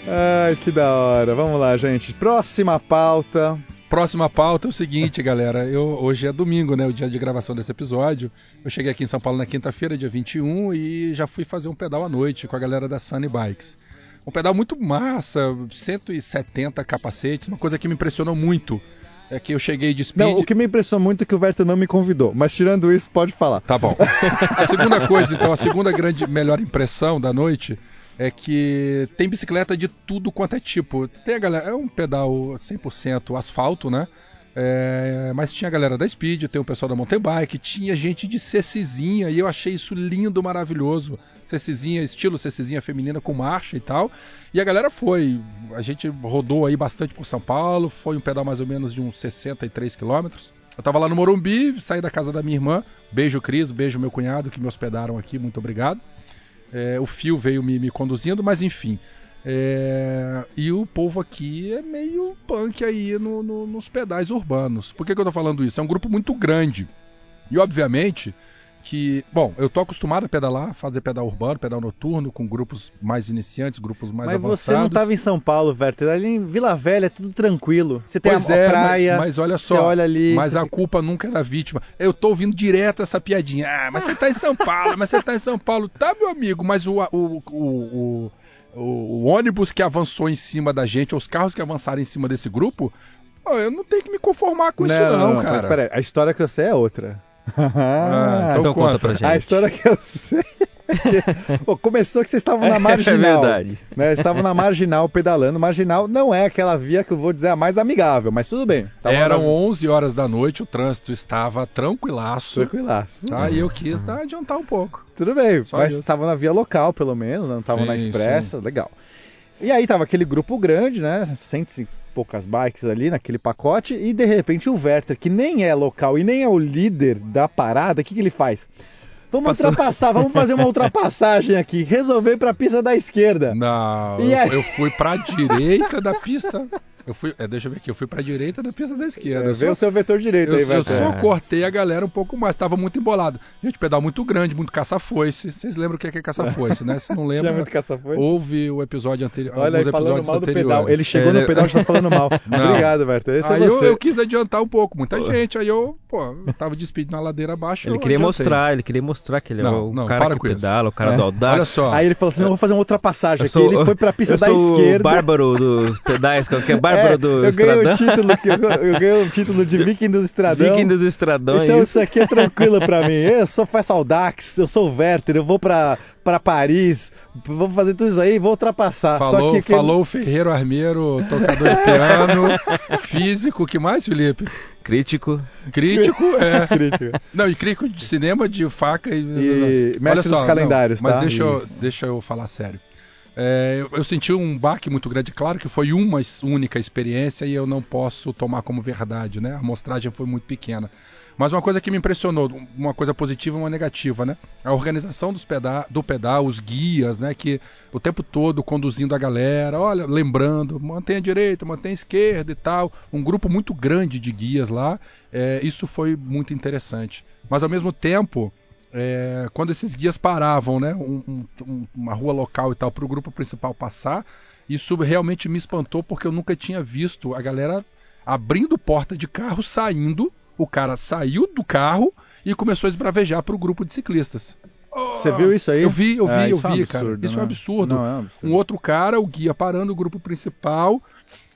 Speaker 3: Ai, que da hora. Vamos lá, gente. Próxima pauta.
Speaker 2: Próxima pauta é o seguinte, galera. Eu, hoje é domingo, né? O dia de gravação desse episódio. Eu cheguei aqui em São Paulo na quinta-feira, dia 21, e já fui fazer um pedal à noite com a galera da Sunny Bikes. Um pedal muito massa, 170 capacetes, uma coisa que me impressionou muito. É que eu cheguei de speed.
Speaker 3: Não, o que me impressionou muito é que o Verta não me convidou, mas tirando isso, pode falar.
Speaker 2: Tá bom. A segunda coisa, então, a segunda grande melhor impressão da noite é que tem bicicleta de tudo quanto é tipo. Tem a galera, é um pedal 100% asfalto, né? É, mas tinha a galera da Speed, tem o pessoal da mountain bike, tinha gente de CCzinha e eu achei isso lindo, maravilhoso. CCzinha, estilo CCzinha feminina com marcha e tal. E a galera foi, a gente rodou aí bastante por São Paulo, foi um pedal mais ou menos de uns 63 quilômetros. Eu tava lá no Morumbi, saí da casa da minha irmã. Beijo, Cris, beijo, meu cunhado, que me hospedaram aqui, muito obrigado. É, o fio veio me, me conduzindo, mas enfim. É, e o povo aqui é meio punk aí no- no- nos pedais urbanos. Por que, que eu tô falando isso? É um grupo muito grande. E obviamente que, bom, eu tô acostumado a pedalar, fazer pedal urbano, pedal noturno, com grupos mais iniciantes, grupos mais
Speaker 3: mas
Speaker 2: avançados.
Speaker 3: você não estava em São Paulo, Verta. Ali em Vila Velha é tudo tranquilo. Você tem
Speaker 2: Pois
Speaker 3: a, a
Speaker 2: é,
Speaker 3: praia.
Speaker 2: mas, mas olha só,
Speaker 3: você olha ali,
Speaker 2: mas
Speaker 3: você
Speaker 2: a
Speaker 3: fica-
Speaker 2: culpa nunca é da vítima. Eu tô ouvindo direto essa piadinha. Ah, mas você tá em São Paulo, mas você tá em São Paulo. Tá, meu amigo, mas o, o, o, o, o ônibus que avançou em cima da gente, os carros que avançaram em cima desse grupo, pô, eu não tenho que me conformar com isso não, cara.
Speaker 3: Mas peraí, a história que eu sei é outra.
Speaker 2: Ah,
Speaker 4: Então
Speaker 2: Então
Speaker 4: conta
Speaker 2: conta.
Speaker 4: pra gente.
Speaker 3: a história que eu sei. é que- Pô, começou que vocês estavam na
Speaker 4: É
Speaker 3: marginal.
Speaker 4: verdade.
Speaker 3: né? Vocês Estavam na marginal pedalando. Marginal não é aquela via que eu vou dizer a mais amigável, mas tudo bem. Tava
Speaker 2: Eram
Speaker 4: um
Speaker 3: na...
Speaker 2: 11 horas da noite, o trânsito estava tranquilaço,
Speaker 3: Tranquilaço.
Speaker 4: Ah,
Speaker 2: tá? E eu quis tá, adiantar um pouco.
Speaker 3: Tudo bem,
Speaker 2: Só
Speaker 3: mas
Speaker 2: isso.
Speaker 3: estavam na via local, pelo menos, né? não estavam na
Speaker 2: Sim,
Speaker 3: expressa, legal. E aí tava aquele grupo grande, né? Cento e poucas bikes ali naquele pacote, e de repente o Werther, que nem é local e nem é o líder da parada, o que, que ele faz? Vamos
Speaker 4: Passou.
Speaker 3: ultrapassar, vamos fazer uma ultrapassagem aqui, resolver pra pista da esquerda.
Speaker 2: Não,
Speaker 3: E
Speaker 2: eu,
Speaker 3: aí?
Speaker 2: eu fui pra direita da pista. Eu fui, é, deixa eu ver aqui, eu fui pra direita da pista da esquerda.
Speaker 3: É,
Speaker 2: Eu só
Speaker 3: vê o seu vetor direito
Speaker 2: Eu,
Speaker 3: aí,
Speaker 2: eu
Speaker 3: Werther.
Speaker 2: só
Speaker 4: É.
Speaker 2: cortei a galera um pouco mais, tava muito embolado. Gente, pedal muito grande, muito caça-foice. Vocês lembram o que é, que é caça-foice, né? Se não
Speaker 3: Tinha
Speaker 2: lembra,
Speaker 3: muito caça-foice?
Speaker 2: houve o episódio anterior.
Speaker 3: Olha aí,
Speaker 2: alguns
Speaker 3: falando
Speaker 2: episódios
Speaker 3: mal do
Speaker 2: anteriores.
Speaker 3: pedal. Ele chegou no
Speaker 4: Ele-
Speaker 3: pedal e tá falando mal.
Speaker 2: Não.
Speaker 3: Obrigado, Werther. Esse
Speaker 2: aí
Speaker 3: é
Speaker 2: eu,
Speaker 3: você.
Speaker 2: eu quis adiantar um pouco, muita gente. Aí eu, pô, eu tava despedido na ladeira abaixo.
Speaker 4: Ele
Speaker 2: eu
Speaker 4: queria
Speaker 2: adiantei.
Speaker 4: mostrar, ele queria mostrar que ele é
Speaker 2: Não,
Speaker 4: o
Speaker 2: não,
Speaker 4: cara
Speaker 2: para
Speaker 4: que
Speaker 2: com isso.
Speaker 4: pedala, o cara
Speaker 3: É.
Speaker 4: do Aldax.
Speaker 2: Olha só.
Speaker 3: Aí ele falou assim: eu vou fazer uma ultrapassagem
Speaker 4: Eu
Speaker 3: aqui.
Speaker 4: sou-
Speaker 3: ele foi pra pista
Speaker 4: eu
Speaker 3: da
Speaker 4: sou
Speaker 3: esquerda.
Speaker 4: O bárbaro dos pedais, que é bárbaro
Speaker 3: É,
Speaker 4: do
Speaker 3: eu ganhei o título,
Speaker 4: Estradão.
Speaker 3: que eu, eu ganhei o título de Viking do Estradão.
Speaker 4: Viking do Estradão,
Speaker 3: então
Speaker 4: é
Speaker 3: isso
Speaker 4: isso.
Speaker 3: aqui é tranquilo pra mim. Eu só faço Audax, eu sou o Werther, eu vou pra, pra Paris, vou fazer tudo isso aí, vou ultrapassar.
Speaker 2: Falou,
Speaker 3: só que, que-
Speaker 2: falou o Ferreiro Armeiro, tocador de piano, físico, que mais, Felipe?
Speaker 4: Crítico.
Speaker 2: Crítico, é.
Speaker 3: Crítico.
Speaker 2: Não, e crítico de cinema, de faca e.
Speaker 3: E
Speaker 2: Olha
Speaker 3: mestre dos calendários,
Speaker 2: mas
Speaker 3: tá?
Speaker 2: Mas deixa, eu-
Speaker 3: Isso.
Speaker 2: deixa eu falar sério. É, eu, eu senti um baque muito grande. Claro que foi uma es- única experiência e eu não posso tomar como verdade, né? A amostragem foi muito pequena. Mas uma coisa que me impressionou, uma coisa positiva e uma negativa, né? A organização dos peda do pedal, os guias, né? Que o tempo todo conduzindo a galera, olha, lembrando, mantém a direita, mantém a esquerda e tal. Um grupo muito grande de guias lá. É, isso foi muito interessante. Mas ao mesmo tempo, é, quando esses guias paravam, né, um- um- um- uma rua local e tal, para o grupo principal passar, isso realmente me espantou porque eu nunca tinha visto a galera abrindo porta de carro, saindo, o cara saiu do carro e começou a esbravejar para o grupo de ciclistas.
Speaker 3: Você viu isso aí?
Speaker 2: Eu vi, eu vi,
Speaker 3: É,
Speaker 2: eu
Speaker 3: isso é um
Speaker 2: vi, cara.
Speaker 3: absurdo,
Speaker 2: Isso é
Speaker 3: né?
Speaker 2: um absurdo.
Speaker 3: Não, é um absurdo.
Speaker 2: Um outro cara, o guia parando o grupo principal,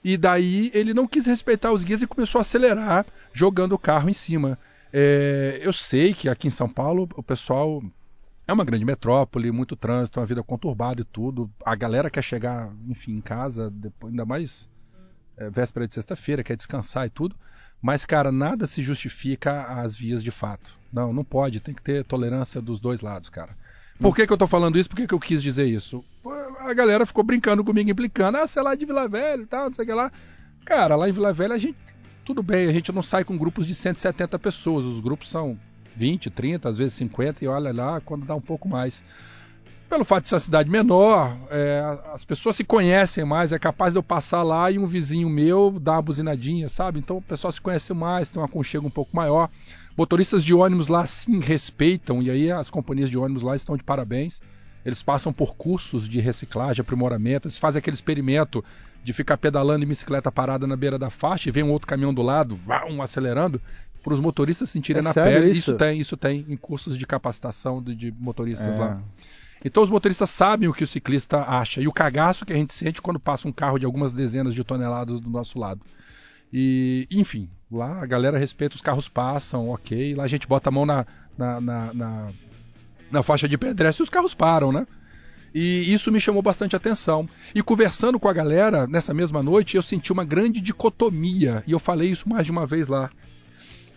Speaker 2: e daí ele não quis respeitar os guias e começou a acelerar, jogando o carro em cima. É, eu sei que aqui em São Paulo o pessoal é uma grande metrópole, muito trânsito, uma vida conturbada e tudo. A galera quer chegar, enfim, em casa, depois, ainda mais é, véspera de sexta-feira, quer descansar e tudo. Mas, cara, nada se justifica às vias de fato. Não, não pode. Tem que ter tolerância dos dois lados, cara. Por que, que eu tô falando isso? Por que, que eu quis dizer isso? Pô, A galera ficou brincando comigo, implicando. Ah, sei lá, de Vila Velha e tal, não sei o que lá. Cara, lá em Vila Velha a gente. Tudo bem, a gente não sai com grupos de 170 pessoas. Os grupos são 20, 30, às vezes 50, e olha lá quando dá um pouco mais pelo fato de ser uma cidade menor, é, as pessoas se conhecem mais, é capaz de eu passar lá e um vizinho meu dar uma buzinadinha, sabe? Então o pessoal se conhece mais, tem um aconchego um pouco maior. Motoristas de ônibus lá sim respeitam, e aí as companhias de ônibus lá estão de parabéns. Eles passam por cursos de reciclagem, aprimoramento, eles fazem aquele experimento de ficar pedalando em bicicleta parada na beira da faixa e vem um outro caminhão do lado, vão acelerando, para os motoristas sentirem
Speaker 3: É
Speaker 2: na
Speaker 3: sério
Speaker 2: pele.
Speaker 3: isso?
Speaker 2: tem, isso tá tem em cursos de capacitação de, de motoristas
Speaker 3: É.
Speaker 2: lá. Então os motoristas sabem o que o ciclista acha e o cagaço que a gente sente quando passa um carro de algumas dezenas de toneladas do nosso lado. E, enfim, lá a galera respeita, os carros passam, ok. Lá a gente bota a mão na, na, na, na- na faixa de pedestre e os carros param, né? E isso me chamou bastante atenção. E conversando com a galera nessa mesma noite, eu senti uma grande dicotomia. E eu falei isso mais de uma vez lá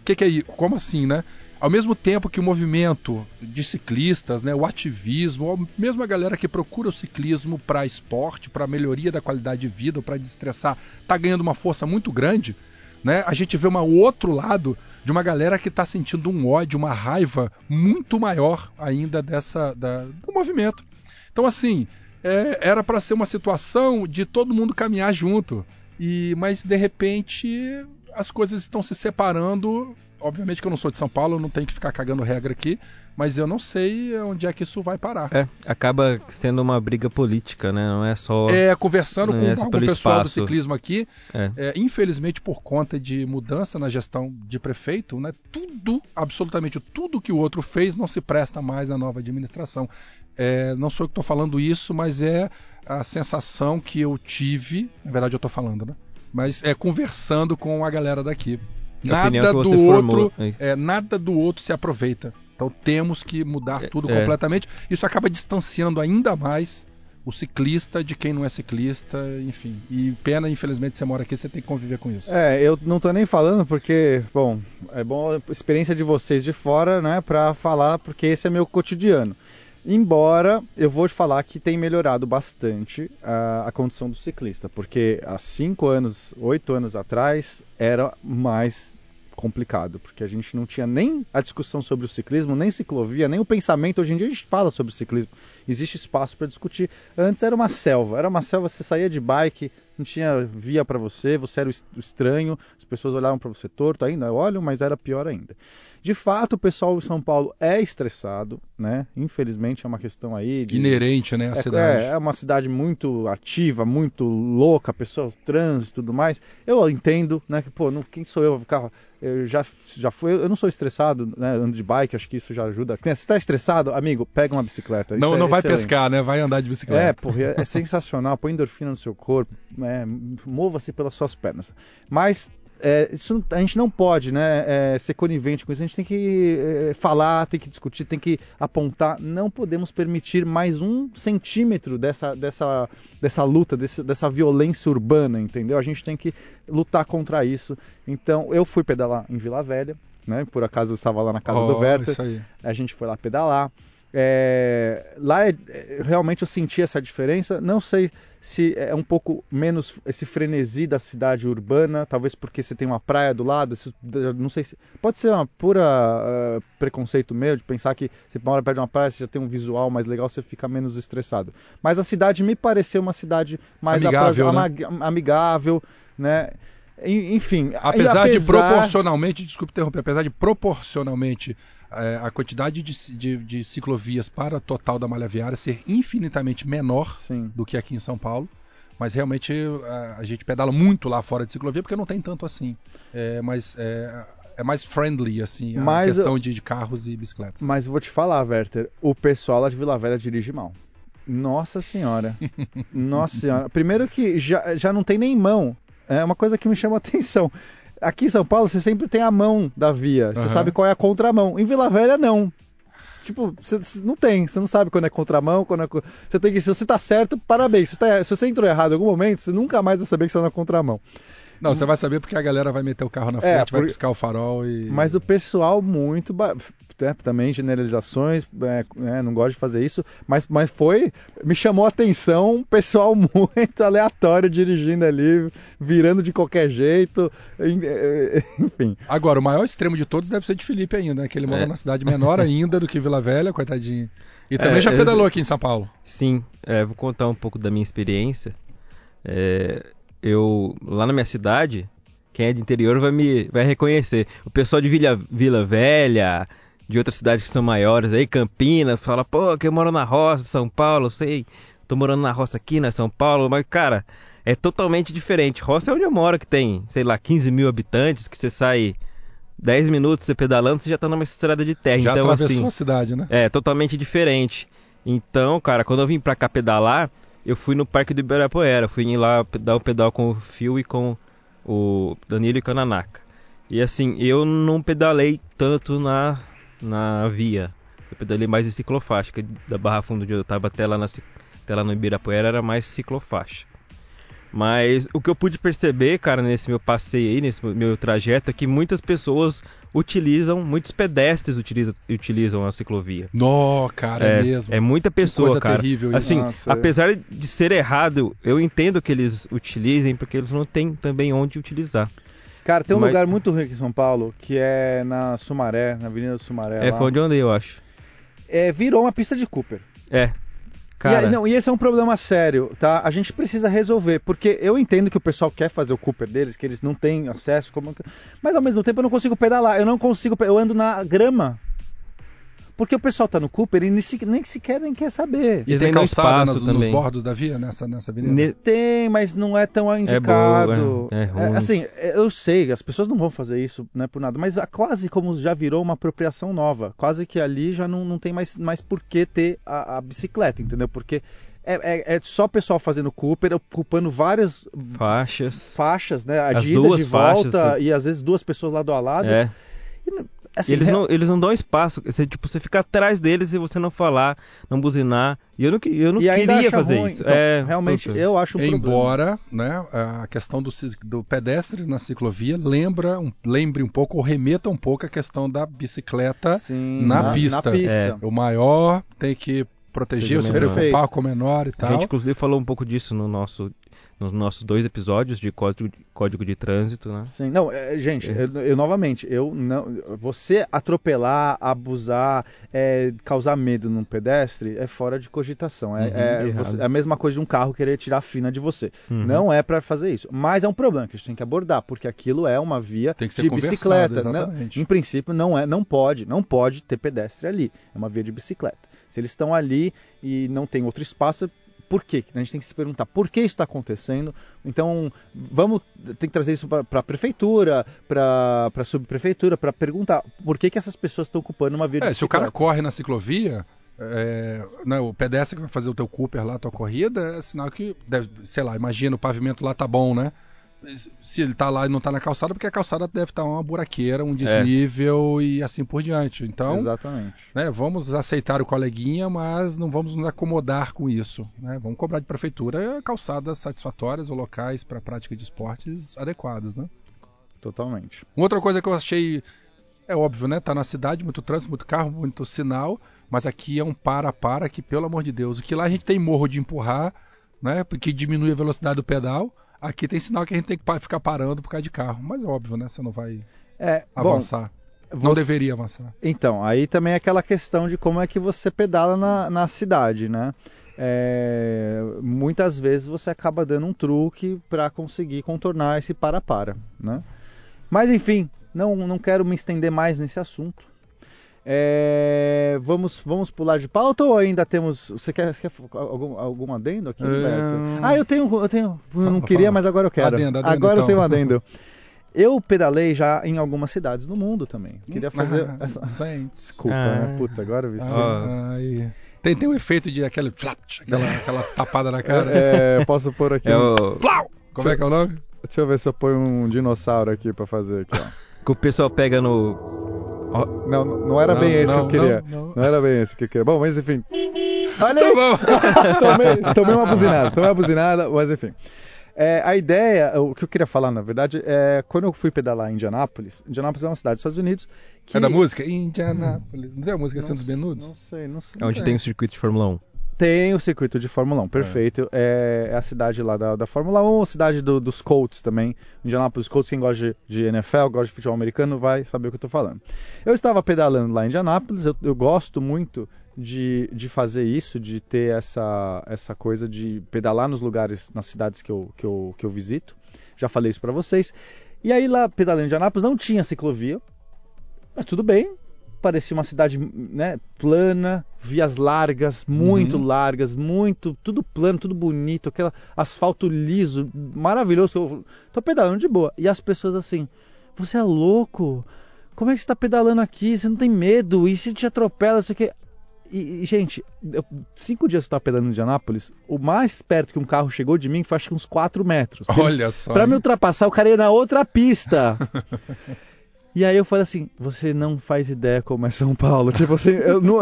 Speaker 2: que, que é isso? Como assim, né? Ao mesmo tempo que o movimento de ciclistas, né, o ativismo, ou mesmo a galera que procura o ciclismo para esporte, para melhoria da qualidade de vida, para desestressar, tá ganhando uma força muito grande, né? A gente vê um outro lado de uma galera que está sentindo um ódio, uma raiva muito maior ainda dessa da- do movimento. Então assim, é, era para ser uma situação de todo mundo caminhar junto. E mas de repente as coisas estão se separando. Obviamente que eu não sou de São Paulo, eu não tenho que ficar cagando regra aqui, mas eu não sei onde é que isso vai parar.
Speaker 4: É, acaba sendo uma briga política, né? Não é só.
Speaker 2: É, conversando
Speaker 4: É,
Speaker 2: com
Speaker 4: só
Speaker 2: algum
Speaker 4: pelo
Speaker 2: pessoal do
Speaker 4: espaço.
Speaker 2: ciclismo aqui,
Speaker 4: É.
Speaker 2: é, infelizmente por conta de mudança na gestão de prefeito, né, tudo, absolutamente tudo que o outro fez não se presta mais na nova administração. É, não sou eu que estou falando isso, mas é a sensação que eu tive, na verdade eu estou falando, né? Mas é conversando com a galera daqui.
Speaker 4: A opinião
Speaker 2: Nada
Speaker 4: que
Speaker 2: do
Speaker 4: você formou,
Speaker 2: outro,
Speaker 4: é.
Speaker 2: é, nada do outro se aproveita. Então temos que mudar tudo
Speaker 4: é.
Speaker 2: completamente. Isso acaba distanciando ainda mais o ciclista de quem não é ciclista, enfim. E pena, infelizmente, você mora aqui, você tem que conviver com isso.
Speaker 3: É, eu não tô nem falando porque, bom, é bom a experiência de vocês de fora, né, pra falar, porque esse é meu cotidiano. Embora eu vou te falar que tem melhorado bastante a, a condição do ciclista, porque há cinco anos, oito anos atrás, era mais complicado, porque a gente não tinha nem a discussão sobre o ciclismo, nem ciclovia, nem o pensamento. Hoje em dia a gente fala sobre ciclismo, existe espaço para discutir. Antes era uma selva, era uma selva, você saía de bike, não tinha via para você, você era o es- o estranho, as pessoas olhavam para você torto ainda, olham, mas era pior ainda. De fato, o pessoal de São Paulo é estressado, né? Infelizmente é uma questão aí de
Speaker 2: Inerente, né, à
Speaker 3: é,
Speaker 2: cidade.
Speaker 3: é, é uma cidade muito ativa, muito louca, pessoal, trânsito e tudo mais. Eu entendo, né? Que, pô, não, quem sou eu? pra Ficar, eu já, já fui, eu não sou estressado, né? Ando de bike, acho que isso já ajuda. Se está tá estressado, amigo, pega uma bicicleta.
Speaker 2: Não,
Speaker 3: isso é
Speaker 2: não vai
Speaker 3: excelente.
Speaker 2: pescar, né? Vai andar de bicicleta.
Speaker 3: É, porra, é- é sensacional. Põe endorfina no seu corpo, é, mova-se pelas suas pernas. Mas é, isso não- a gente não pode né, é, ser conivente com isso. A gente tem que é, falar, tem que discutir, tem que apontar. Não podemos permitir mais um centímetro dessa, dessa, dessa luta, desse- dessa violência urbana, entendeu? A gente tem que lutar contra isso. Então, eu fui pedalar em Vila Velha. Né? Por acaso eu estava lá na casa do
Speaker 2: Ó,
Speaker 3: Werther,
Speaker 2: Oh, Isso aí.
Speaker 3: a gente foi lá pedalar. É, lá é- é, realmente eu senti essa diferença. Não sei se é um pouco menos esse frenesi da cidade urbana, talvez porque você tem uma praia do lado. isso- não sei se pode ser uma pura ah, preconceito meu de pensar que você mora perto de uma praia, você já tem um visual mais legal, você fica menos estressado. Mas a cidade me pareceu uma cidade mais
Speaker 2: Amigável, né?
Speaker 3: apraz- ama- amigável, né? E- Enfim,
Speaker 2: Apesar,
Speaker 3: e
Speaker 2: de proporcionalmente, desculpe interromper, apesar de proporcionalmente é, a quantidade de, ci- de- de ciclovias para o total da malha viária ser infinitamente menor
Speaker 3: Sim.
Speaker 2: do que aqui em São Paulo, mas realmente a, a gente pedala muito lá fora de ciclovia porque não tem tanto assim. É, mas é, é mais friendly assim a
Speaker 3: Mas
Speaker 2: questão de, de carros e bicicletas.
Speaker 3: Mas eu vou te falar, Werther, o pessoal lá de Vila Velha dirige mal. Nossa senhora. Nossa senhora. Primeiro que já, já não tem nem mão. É uma coisa que me chama a atenção. Aqui em São Paulo, você sempre tem a mão da via. Você
Speaker 2: Aham.
Speaker 3: sabe qual é a contramão. Em Vila Velha, não. Tipo, você você não tem. Você não sabe quando é contramão, quando é... co- Você tem que... Se você tá certo, parabéns. Se, tá- se você entrou errado em algum momento, você nunca mais vai saber que você tá na contramão.
Speaker 2: Não, você vai saber porque a galera vai meter o carro na frente,
Speaker 3: É,
Speaker 2: vai
Speaker 3: por-
Speaker 2: piscar o farol e.
Speaker 3: Mas o pessoal muito. ba- né, também generalizações, é, né, não gosto de fazer isso, mas, mas foi. Me chamou a atenção um pessoal muito aleatório dirigindo ali, virando de qualquer jeito. em- eh, Enfim.
Speaker 2: Agora, o maior extremo de todos deve ser de Felipe ainda, né? Que ele mora
Speaker 4: É.
Speaker 2: numa cidade menor ainda do que Vila Velha, coitadinho. E também
Speaker 4: É,
Speaker 2: já
Speaker 4: é-
Speaker 2: pedalou aqui em São Paulo.
Speaker 4: Sim, é, vou contar um pouco da minha experiência. É, eu lá na minha cidade, quem é de interior vai me vai reconhecer. O pessoal de Vila, Vila Velha, de outras cidades que são maiores, aí Campinas, fala, pô, que eu moro na roça, São Paulo, sei, tô morando na roça aqui, na São Paulo, mas cara, é totalmente diferente. Roça é onde eu moro, que tem, sei lá, 15 mil habitantes, que você sai 10 minutos você pedalando, você já tá numa estrada de terra.
Speaker 2: já
Speaker 4: então,
Speaker 2: atravessou
Speaker 4: assim,
Speaker 2: a cidade, né?
Speaker 4: é, totalmente diferente. Então, cara, quando eu vim pra cá pedalar, eu fui no Parque do Ibirapuera. Fui lá dar o pedal com o Phil e com o Danilo e com a Nanaka. E assim, eu não pedalei tanto na, na via. Eu pedalei mais em ciclofaixa, que da Barra Funda onde eu tava até lá, na, ci- até lá no Ibirapuera era mais ciclofaixa. Mas o que eu pude perceber, cara, nesse meu passeio aí, nesse meu trajeto, é que muitas pessoas utilizam, muitos pedestres utilizam, utilizam a ciclovia.
Speaker 2: Nó, cara, é, mesmo.
Speaker 4: É muita pessoa,
Speaker 2: coisa
Speaker 4: cara.
Speaker 2: terrível isso.
Speaker 4: assim,
Speaker 3: Nossa, é.
Speaker 4: apesar de ser errado, eu entendo que eles utilizem porque eles não têm também onde utilizar.
Speaker 3: Cara, tem um
Speaker 4: Mas-
Speaker 3: lugar muito ruim aqui em São Paulo, que é na Sumaré, na Avenida Sumaré.
Speaker 4: É,
Speaker 3: lá.
Speaker 4: foi onde eu andei, eu acho.
Speaker 3: É, virou uma pista de Cooper.
Speaker 4: É.
Speaker 3: E,
Speaker 4: Cara,
Speaker 3: aí- não, e esse é um problema sério, tá? A gente precisa resolver, porque eu entendo que o pessoal quer fazer o Cooper deles, que eles não têm acesso, como... mas ao mesmo tempo eu não consigo pedalar, eu não consigo, pe- eu ando na grama. Porque o pessoal tá no Cooper e nem, se- nem sequer nem quer saber.
Speaker 4: E
Speaker 2: E tem
Speaker 4: tem no
Speaker 2: calçada
Speaker 4: espaço
Speaker 2: nos, nos
Speaker 4: também.
Speaker 2: bordos da via, nessa, nessa avenida?
Speaker 4: ne-
Speaker 3: Tem, mas não é tão indicado.
Speaker 4: boa, é- é ruim.
Speaker 3: assim, é, eu sei, as pessoas não vão fazer isso, né, por nada, mas a- quase como já virou uma apropriação nova. Quase que ali já não, não tem mais, mais por que ter a, a bicicleta, entendeu? Porque é, é- é só o pessoal fazendo Cooper, ocupando várias
Speaker 4: faixas.
Speaker 3: faixas, né? A
Speaker 4: As
Speaker 3: de ida
Speaker 4: duas
Speaker 3: de volta
Speaker 4: faixas,
Speaker 3: e às vezes duas pessoas lado a lado.
Speaker 4: É.
Speaker 3: Assim,
Speaker 4: eles,
Speaker 3: re-
Speaker 4: não, eles não dão espaço. Você, tipo, você fica atrás deles e você não falar, não buzinar. E eu não, que- eu não
Speaker 3: e ainda
Speaker 4: queria
Speaker 3: acha
Speaker 4: fazer
Speaker 3: ruim.
Speaker 4: isso.
Speaker 3: Então,
Speaker 4: é,
Speaker 3: realmente,
Speaker 4: puta.
Speaker 3: eu acho um problema.
Speaker 2: Embora né, a questão do, ci- do pedestre na ciclovia lembra, um- lembre um pouco, ou remeta um pouco a questão da bicicleta.
Speaker 3: Sim,
Speaker 2: na pista.
Speaker 3: Na pista.
Speaker 4: É.
Speaker 2: O maior tem que proteger,
Speaker 4: Tem que
Speaker 2: se
Speaker 4: menor.
Speaker 2: preocupar com o menor e
Speaker 4: A
Speaker 2: tal.
Speaker 4: gente, inclusive, falou um pouco disso no nosso nos nossos dois episódios de Código, código de Trânsito, né?
Speaker 3: Sim, não, é,
Speaker 2: Uhum.
Speaker 3: gente, eu, eu novamente, eu não, você atropelar, abusar, é, causar medo num pedestre é fora de cogitação. É,
Speaker 4: Uhum,
Speaker 3: é,
Speaker 4: errado.
Speaker 3: você- é a mesma coisa de um carro querer tirar a fina de você.
Speaker 2: Uhum.
Speaker 3: Não é pra fazer isso, mas é um problema que a gente tem que abordar, porque aquilo é uma via
Speaker 2: Tem que ser
Speaker 3: de
Speaker 2: conversado,
Speaker 3: bicicleta, né?
Speaker 2: exatamente.
Speaker 3: Em princípio não é, não pode, não pode ter pedestre ali. É uma via de bicicleta. Se eles estão ali e não tem outro espaço, por quê? A gente tem que se perguntar por que isso está acontecendo. Então, vamos tem que trazer isso para a prefeitura, para a subprefeitura, para perguntar por que, que essas pessoas estão ocupando uma via de
Speaker 2: É, se o cara
Speaker 3: bicicleta.
Speaker 2: corre na ciclovia, é, né, o pedestre que vai fazer o teu Cooper lá, a tua corrida, é sinal que, deve- sei lá, imagina o pavimento lá tá bom, né? Mas Se ele tá lá e não tá na calçada, porque a calçada deve estar uma buraqueira, um desnível e assim por diante. Então,
Speaker 3: Exatamente.
Speaker 2: né, vamos aceitar o coleguinha, mas não vamos nos acomodar com isso. né? Vamos cobrar de prefeitura calçadas satisfatórias ou locais para prática de esportes adequados, né?
Speaker 3: Totalmente.
Speaker 2: Uma outra coisa que eu achei é óbvio, né? Tá na cidade, muito trânsito, muito carro, muito sinal, mas aqui é um para-para que, pelo amor de Deus, o que lá a gente tem morro de empurrar, né? Porque diminui a velocidade do pedal. Aqui tem sinal que a gente tem que pa- ficar parando por causa de carro. Mas óbvio, né? Você não vai
Speaker 3: É, bom,
Speaker 2: avançar.
Speaker 3: você-
Speaker 2: Não deveria avançar.
Speaker 3: Então, aí também é aquela questão de como é que você pedala na, na cidade, né? É, muitas vezes você acaba dando um truque para conseguir contornar esse para-para, né? Mas enfim, não, não quero me estender mais nesse assunto. É, vamos, vamos pular de pauta ou ainda temos. Você quer, você quer algum, algum adendo aqui,
Speaker 2: É,
Speaker 3: Beto? Ah, eu tenho. Eu tenho. eu não
Speaker 2: Fala,
Speaker 3: queria,
Speaker 2: fala.
Speaker 3: mas agora eu quero.
Speaker 2: Adendo, adendo,
Speaker 3: agora eu
Speaker 2: então.
Speaker 3: tenho um adendo. Eu pedalei já em algumas cidades do mundo também. Queria fazer
Speaker 2: Ah,
Speaker 3: essa.
Speaker 2: gente.
Speaker 3: Desculpa,
Speaker 4: Ah.
Speaker 3: né? Puta, agora eu vi isso.
Speaker 4: Ah.
Speaker 2: Ai. Então, Tem, tem o efeito de aquele flap, aquela, aquela tapada na cara.
Speaker 3: É, eu posso pôr aqui.
Speaker 4: É
Speaker 3: um-
Speaker 4: o
Speaker 2: Plau! Como é que é o nome?
Speaker 3: Deixa eu ver se eu ponho um dinossauro aqui pra fazer aqui, ó.
Speaker 4: que o pessoal pega no.
Speaker 3: Não, não era
Speaker 2: Não,
Speaker 3: Tá bem esse
Speaker 2: não,
Speaker 3: que eu queria.
Speaker 2: não, não.
Speaker 3: era bem esse que eu queria. Bom, mas enfim. Olha
Speaker 2: Tá
Speaker 3: aí,
Speaker 2: bom.
Speaker 3: tomei, tomei uma buzinada, tomei uma buzinada, mas enfim. É, a ideia, o que eu queria falar, na verdade, é quando eu fui pedalar em Indianápolis, Indianápolis é uma cidade dos Estados Unidos que...
Speaker 2: É da música? Indianápolis. Não sei a música, é
Speaker 3: Não,
Speaker 2: Santos Benudos?
Speaker 3: não sei, não sei.
Speaker 4: É onde
Speaker 3: não sei.
Speaker 4: tem o circuito de Fórmula 1.
Speaker 3: Tem o circuito de Fórmula 1, perfeito. É, é a cidade lá da, da Fórmula 1, a cidade do- dos Colts também. Indianapolis Colts, quem gosta de, de NFL, gosta de futebol americano, vai saber o que eu tô falando. Eu estava pedalando lá em Indianápolis, eu, eu gosto muito de, de fazer isso, de ter essa, essa coisa de pedalar nos lugares, nas cidades que eu, que eu, que eu visito. Já falei isso para vocês. E aí lá, pedalando em Indianápolis, não tinha ciclovia, mas tudo bem, parecia uma cidade né, plana, vias largas, muito largas, muito tudo plano, tudo bonito, aquele asfalto liso, maravilhoso. que Eu tô pedalando de boa e as pessoas assim, você é louco? Como é que você tá pedalando aqui? Você não tem medo? E se te atropela, isso aqui? E, e, gente, eu- cinco dias que eu tava pedalando em Indianápolis, o mais perto que um carro chegou de mim foi acho que uns 4 metros. Porque eles-
Speaker 2: Olha só.
Speaker 3: Pra é me
Speaker 2: hein?
Speaker 3: ultrapassar, o cara ia na outra pista. E aí eu falei assim, você não faz ideia como é São Paulo. Tipo assim, eu não,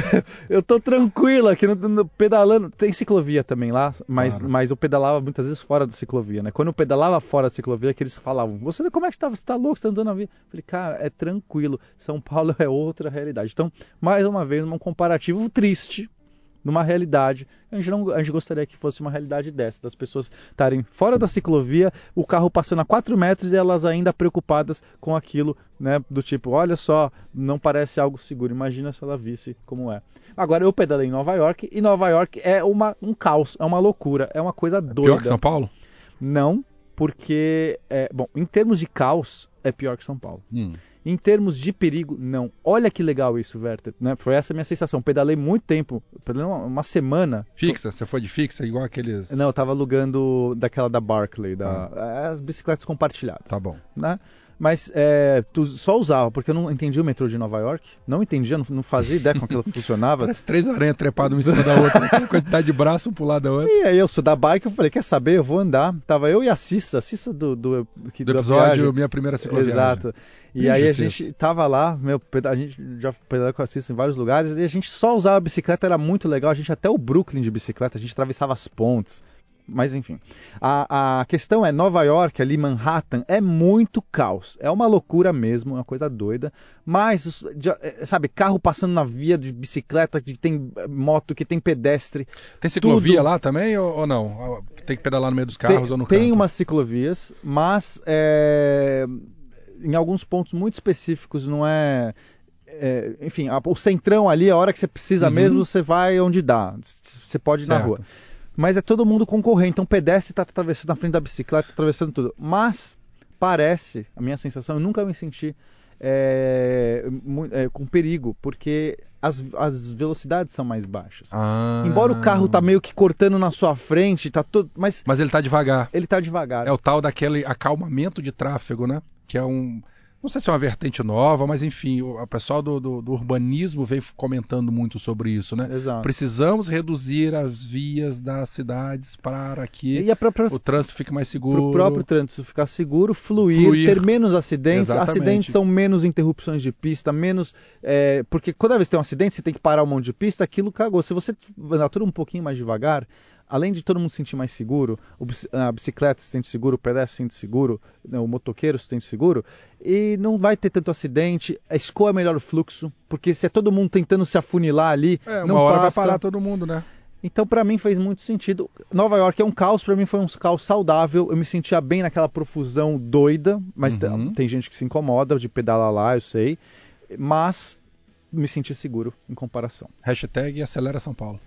Speaker 3: eu tô tranquilo aqui, não- não- pedalando. Tem ciclovia também lá, mas,
Speaker 2: Claro.
Speaker 3: mas eu pedalava muitas vezes fora da ciclovia, né? Quando eu pedalava fora da ciclovia, que eles falavam, você como é que você tá, você tá louco, você tá andando na via? Eu falei, cara, é tranquilo, São Paulo é outra realidade. Então, mais uma vez, um comparativo triste, numa realidade. A gente, não, a gente gostaria que fosse uma realidade dessa, das pessoas estarem fora da ciclovia, o carro passando a 4 metros e elas ainda preocupadas com aquilo, né? Do tipo, olha só, não parece algo seguro. Imagina se ela visse como é. Agora eu pedalei em Nova York e Nova York é uma, um caos, é uma loucura, é uma coisa doida.
Speaker 2: Pior que São Paulo?
Speaker 3: Não, porque. é, bom, em termos de caos, é pior que São Paulo. Em termos de perigo, não. Olha que legal isso, Werther. Né? Foi essa a minha sensação. Pedalei muito tempo, pedalei uma, uma semana.
Speaker 2: Fixa? Você foi de fixa igual aqueles.
Speaker 3: Não, tá- eu tava alugando daquela da Barclay, da, é, as bicicletas compartilhadas.
Speaker 2: Tá bom.
Speaker 3: né? Mas é, tu só usava, porque eu não entendi o metrô de Nova York. Não entendia, não, não fazia ideia como aquilo funcionava.
Speaker 2: Parece três aranhas trepadas uma em cima da outra. quantidade de braço um pro lado da outra.
Speaker 3: E aí eu sou da bike, eu falei, quer saber? Eu vou andar. Tava eu e a Cissa, a Cissa do, do, que-
Speaker 2: Do
Speaker 3: da
Speaker 2: episódio
Speaker 3: viagem.
Speaker 2: Minha Primeira Cicloviagem.
Speaker 3: Exato. E
Speaker 2: Ixi,
Speaker 3: aí a
Speaker 2: Cissa.
Speaker 3: gente tava lá, meu, peda- a gente já pedalou com a Cissa em vários lugares, e a gente só usava a bicicleta, era muito legal. A gente ia até o Brooklyn de bicicleta, a gente atravessava as pontes. Mas enfim. A, a questão é: Nova York, ali, Manhattan, é muito caos. É uma loucura mesmo, é uma coisa doida. Mas, os- de- eh, sabe, carro passando na via de bicicleta, que tem eh, moto, que tem pedestre.
Speaker 2: Tem ciclovia
Speaker 3: Tudo.
Speaker 2: lá também ou, ou não? Tem que pedalar no meio dos
Speaker 3: Tem-
Speaker 2: carros ou no
Speaker 3: tem
Speaker 2: canto?
Speaker 3: umas ciclovias, mas é, em alguns pontos muito específicos não é. é, enfim, a- o centrão ali, a hora que você precisa
Speaker 2: Uhum.
Speaker 3: mesmo, você vai onde dá. C- Você pode ir na
Speaker 2: Certo.
Speaker 3: rua. Mas é todo mundo concorrer. Então, pedestre está atravessando na frente da bicicleta, tá atravessando tudo. Mas parece, a minha sensação, eu nunca me senti é, mu- é, com perigo, porque as, as velocidades são mais baixas.
Speaker 2: Ah.
Speaker 3: Embora o carro tá meio que cortando na sua frente, tá todo. Mas
Speaker 2: Mas ele tá devagar.
Speaker 3: ele tá devagar.
Speaker 2: É o tal daquele acalmamento de tráfego, né? Que é um. Não sei se é uma vertente nova, mas enfim, o o pessoal do, do- do urbanismo veio comentando muito sobre isso, né?
Speaker 3: Exato.
Speaker 2: Precisamos reduzir as vias das cidades para que
Speaker 3: E é para
Speaker 2: o trânsito fique mais seguro.
Speaker 3: o próprio trânsito ficar seguro, fluir,
Speaker 2: Fluir.
Speaker 3: ter menos acidentes.
Speaker 2: Exatamente.
Speaker 3: Acidentes são menos interrupções de pista, menos. é, porque toda vez que tem um acidente, você tem que parar um monte de pista, aquilo cagou. Se você andar tudo um pouquinho mais devagar, além de todo mundo se sentir mais seguro, o bici- a bicicleta se sente seguro, o pedestre se sente seguro, né, o motoqueiro se sente seguro, e não vai ter tanto acidente, a escoa é melhor o fluxo, porque se é todo mundo tentando se afunilar ali,
Speaker 2: É, uma
Speaker 3: não
Speaker 2: hora
Speaker 3: passa.
Speaker 2: vai parar todo mundo, né?
Speaker 3: Então, pra mim, fez muito sentido. Nova York é um caos, pra mim foi um caos saudável. Eu me sentia bem naquela profusão doida, mas t-
Speaker 2: Uhum.
Speaker 3: tem gente que se incomoda de pedalar lá, eu sei. Mas me senti seguro em comparação.
Speaker 2: Hashtag acelera São Paulo.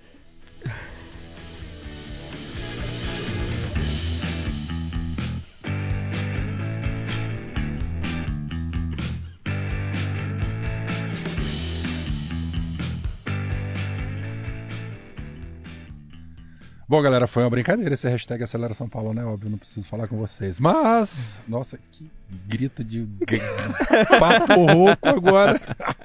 Speaker 2: Bom, galera, foi uma brincadeira esse hashtag Acelera São Paulo, né? Óbvio, não preciso falar com vocês. Mas, nossa, que grito de g- papo rouco agora.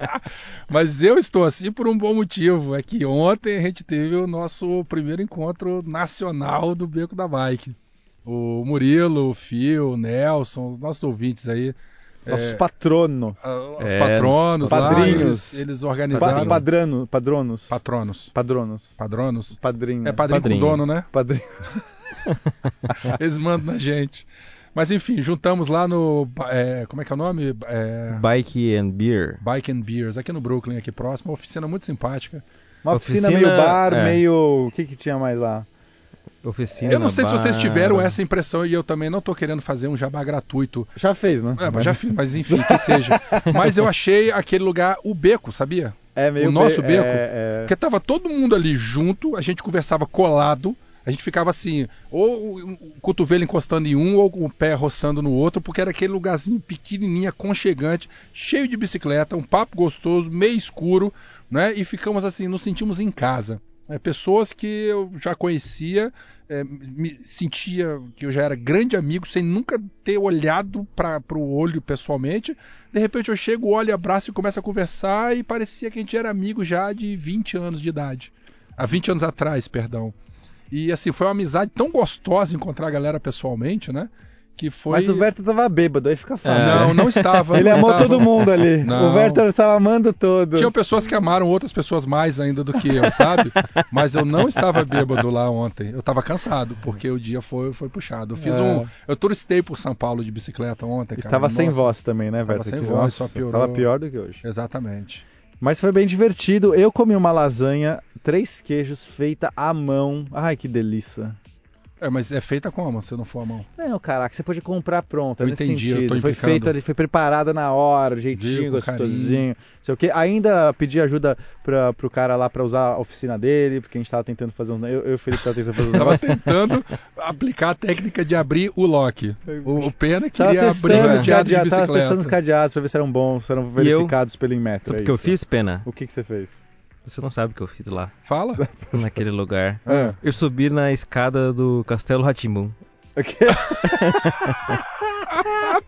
Speaker 2: Mas eu estou assim por um bom motivo. É que ontem a gente teve o nosso primeiro encontro nacional do Beco da Bike. O Murilo, o Fio, o Nelson, os nossos ouvintes aí, É.
Speaker 3: Nossos patrono,
Speaker 2: ah, os
Speaker 4: É,
Speaker 2: patronos, lá,
Speaker 3: padrinhos.
Speaker 2: eles, eles
Speaker 3: pa
Speaker 2: organizaram.
Speaker 3: padrano, padronos,
Speaker 2: Patronos.
Speaker 3: padronos,
Speaker 2: Padronos?
Speaker 3: padrinho,
Speaker 2: É padrinho,
Speaker 4: Padrinho.
Speaker 2: com dono, né?
Speaker 3: padrinho.
Speaker 2: Eles mandam na gente. Mas enfim, juntamos lá no. é, como é que é o nome? É,
Speaker 4: Bike and Beer.
Speaker 2: Bike and Beers, aqui no Brooklyn, aqui próximo. Uma oficina muito simpática.
Speaker 3: Uma oficina,
Speaker 4: Oficina,
Speaker 3: meio bar,
Speaker 4: é.
Speaker 3: meio. O que que tinha mais lá?
Speaker 4: Oficina.
Speaker 2: Eu não sei se vocês
Speaker 4: bar.
Speaker 2: tiveram essa impressão e eu também não tô querendo fazer um jabá gratuito.
Speaker 3: Já fez, né?
Speaker 2: É, mas já fiz, mas enfim, que seja. Mas eu achei aquele lugar o beco, sabia?
Speaker 3: É meio
Speaker 2: o nosso
Speaker 3: be-
Speaker 2: beco?
Speaker 3: é- é-
Speaker 2: Porque tava todo mundo ali junto, a gente conversava colado, a gente ficava assim, ou o o cotovelo encostando em um, ou o pé roçando no outro, porque era aquele lugarzinho pequenininho, aconchegante, cheio de bicicleta, um papo gostoso, meio escuro, né? E ficamos assim, nos sentimos em casa. É, pessoas que eu já conhecia, é, me sentia que eu já era grande amigo, sem nunca ter olhado para o olho pessoalmente. De repente eu chego, olho, abraço e começo a conversar, e parecia que a gente era amigo já de 20 anos de idade. Há 20 anos atrás, perdão. E assim, foi uma amizade tão gostosa encontrar a galera pessoalmente, né? Que foi. É.
Speaker 3: Mas o Berto tava bêbado, aí fica fácil.
Speaker 2: Não, não estava.
Speaker 3: Ele
Speaker 2: não
Speaker 3: amou
Speaker 2: estava.
Speaker 3: todo mundo ali.
Speaker 2: Não.
Speaker 3: O Werther tava amando todos.
Speaker 2: Tinha pessoas que amaram outras pessoas mais ainda do que eu, sabe? Mas eu não estava bêbado lá ontem. Eu estava cansado, porque o dia foi, foi puxado. Eu fiz
Speaker 3: É.
Speaker 2: um. Eu turistei por São Paulo de bicicleta ontem,
Speaker 3: E
Speaker 2: cara.
Speaker 3: tava sem
Speaker 2: Nossa.
Speaker 3: voz também, né, Werther?
Speaker 2: sem
Speaker 3: Que,
Speaker 2: voz, só piorou.
Speaker 3: Tava pior do que hoje.
Speaker 2: Exatamente.
Speaker 3: Mas foi bem divertido. Eu comi uma lasanha, três queijos, feita à mão. Ai, que delícia.
Speaker 2: É, mas é feita como, se não for a mão?
Speaker 3: Não, caraca, você pode comprar pronta,
Speaker 2: Eu
Speaker 3: nesse
Speaker 2: entendi, eu tô
Speaker 3: sentido. foi
Speaker 2: implicando.
Speaker 3: feita, ali, foi preparada na hora,
Speaker 2: Viu,
Speaker 3: jeitinho,
Speaker 2: com carinho.
Speaker 3: gostosinho. não Sei o quê. Ainda pedi ajuda pra, pro cara lá pra usar a oficina dele, porque a gente tava tentando fazer uns. Eu, eu e o Felipe tava tentando fazer uns
Speaker 2: Tava
Speaker 3: negócios.
Speaker 2: tentando aplicar a técnica de abrir o lock. O, o Pena
Speaker 3: Tava
Speaker 2: queria abrir
Speaker 3: testando,
Speaker 2: o cadeado
Speaker 3: os
Speaker 2: de
Speaker 3: cadeados, tava testando os
Speaker 2: bicicleta.
Speaker 3: cadeados pra ver se eram bons, se eram
Speaker 4: E eu?
Speaker 3: verificados pelo Inmetro.
Speaker 4: Sabe o
Speaker 3: é
Speaker 4: que eu
Speaker 3: isso.
Speaker 4: fiz, Pena?
Speaker 3: O que, que você fez?
Speaker 4: Você não sabe o que eu fiz lá,
Speaker 2: Fala.
Speaker 4: naquele lugar.
Speaker 2: Ah.
Speaker 3: Ah.
Speaker 4: Eu subi na escada do Castelo Ratimbum.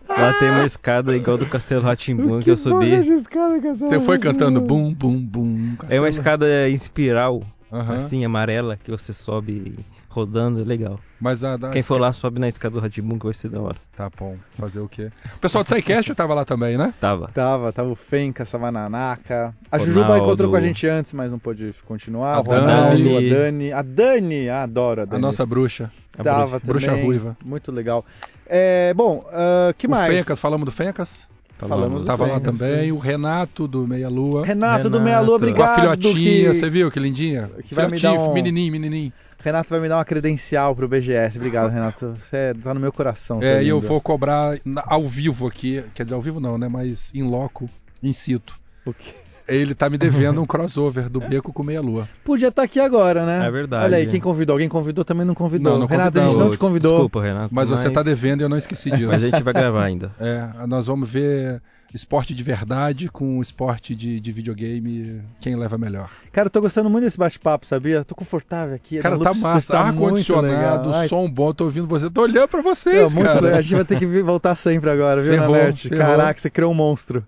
Speaker 4: Lá tem uma escada igual do Castelo Ratimbum que, eu
Speaker 2: né,
Speaker 4: subi.
Speaker 2: Você foi cantando bum, bum, bum.
Speaker 4: É uma escada em espiral,
Speaker 2: Aham.
Speaker 4: assim, amarela, que você sobe rodando, é legal.
Speaker 2: Mas a, da-
Speaker 4: Quem for lá, sobe na escada do Ratimbum que vai ser da hora.
Speaker 2: Tá bom, fazer o quê? O pessoal do SciCast tava lá também, né?
Speaker 4: Tava.
Speaker 3: Tava, tava o Fenca, Savananaca. A
Speaker 4: Ronaldo.
Speaker 3: Jujuba encontrou com a gente antes, mas não pôde continuar.
Speaker 2: A
Speaker 3: o Ronaldo,
Speaker 4: Dani.
Speaker 3: a Dani. A Dani, ah, adoro a
Speaker 2: A
Speaker 3: Dani.
Speaker 2: nossa bruxa.
Speaker 4: A
Speaker 3: Tava também.
Speaker 2: Bruxa Ruiva.
Speaker 3: Muito legal. É, bom, ah, que
Speaker 2: o
Speaker 3: mais?
Speaker 2: Fencas, falamos do Fencas?
Speaker 3: Falamos do
Speaker 2: Tava
Speaker 3: Fencas,
Speaker 2: lá também. O Renato do Meia Lua.
Speaker 3: Renato do
Speaker 4: Renato.
Speaker 3: Meia Lua,
Speaker 4: Com a
Speaker 2: Com a
Speaker 3: obrigado.
Speaker 2: filhotinha,
Speaker 3: que-
Speaker 2: você viu que lindinha?
Speaker 3: Que vai me
Speaker 2: filhotinha,
Speaker 3: dar um-
Speaker 2: menininho, menininho.
Speaker 3: Renato vai me dar uma credencial pro BGS. Obrigado, Renato. Você tá no meu coração. seu
Speaker 2: É, e eu
Speaker 3: lindo.
Speaker 2: vou cobrar na- ao vivo aqui, quer dizer, ao vivo não, né? Mas em loco, in situ.
Speaker 3: O quê?
Speaker 2: Ele tá me devendo um crossover do Beco com Meia Lua.
Speaker 3: Podia estar aqui agora, né?
Speaker 4: É verdade.
Speaker 3: Olha aí, quem convidou? Alguém convidou, também não convidou.
Speaker 2: Não, não
Speaker 3: Renato, a gente não
Speaker 2: convidamos.
Speaker 3: te convidou.
Speaker 4: Desculpa, Renato.
Speaker 2: Mas, você tá devendo e eu não esqueci disso.
Speaker 4: Mas a gente vai gravar ainda.
Speaker 2: É, nós vamos ver esporte de verdade com esporte de, de videogame, quem leva melhor.
Speaker 3: Cara, eu tô gostando muito desse bate-papo, sabia? Tô confortável aqui.
Speaker 2: Cara,
Speaker 3: no
Speaker 2: tá
Speaker 3: Lupus
Speaker 2: massa,
Speaker 3: tá muito
Speaker 2: ar-condicionado,
Speaker 3: legal. Ai,
Speaker 2: som bom, tô ouvindo você, tô olhando pra
Speaker 3: é,
Speaker 2: vocês,
Speaker 3: muito
Speaker 2: cara.
Speaker 3: legal. A gente vai ter que vir voltar sempre agora, viu,
Speaker 2: Ferrou,
Speaker 3: Nanete?
Speaker 2: ferrou.
Speaker 3: Caraca, você criou um monstro.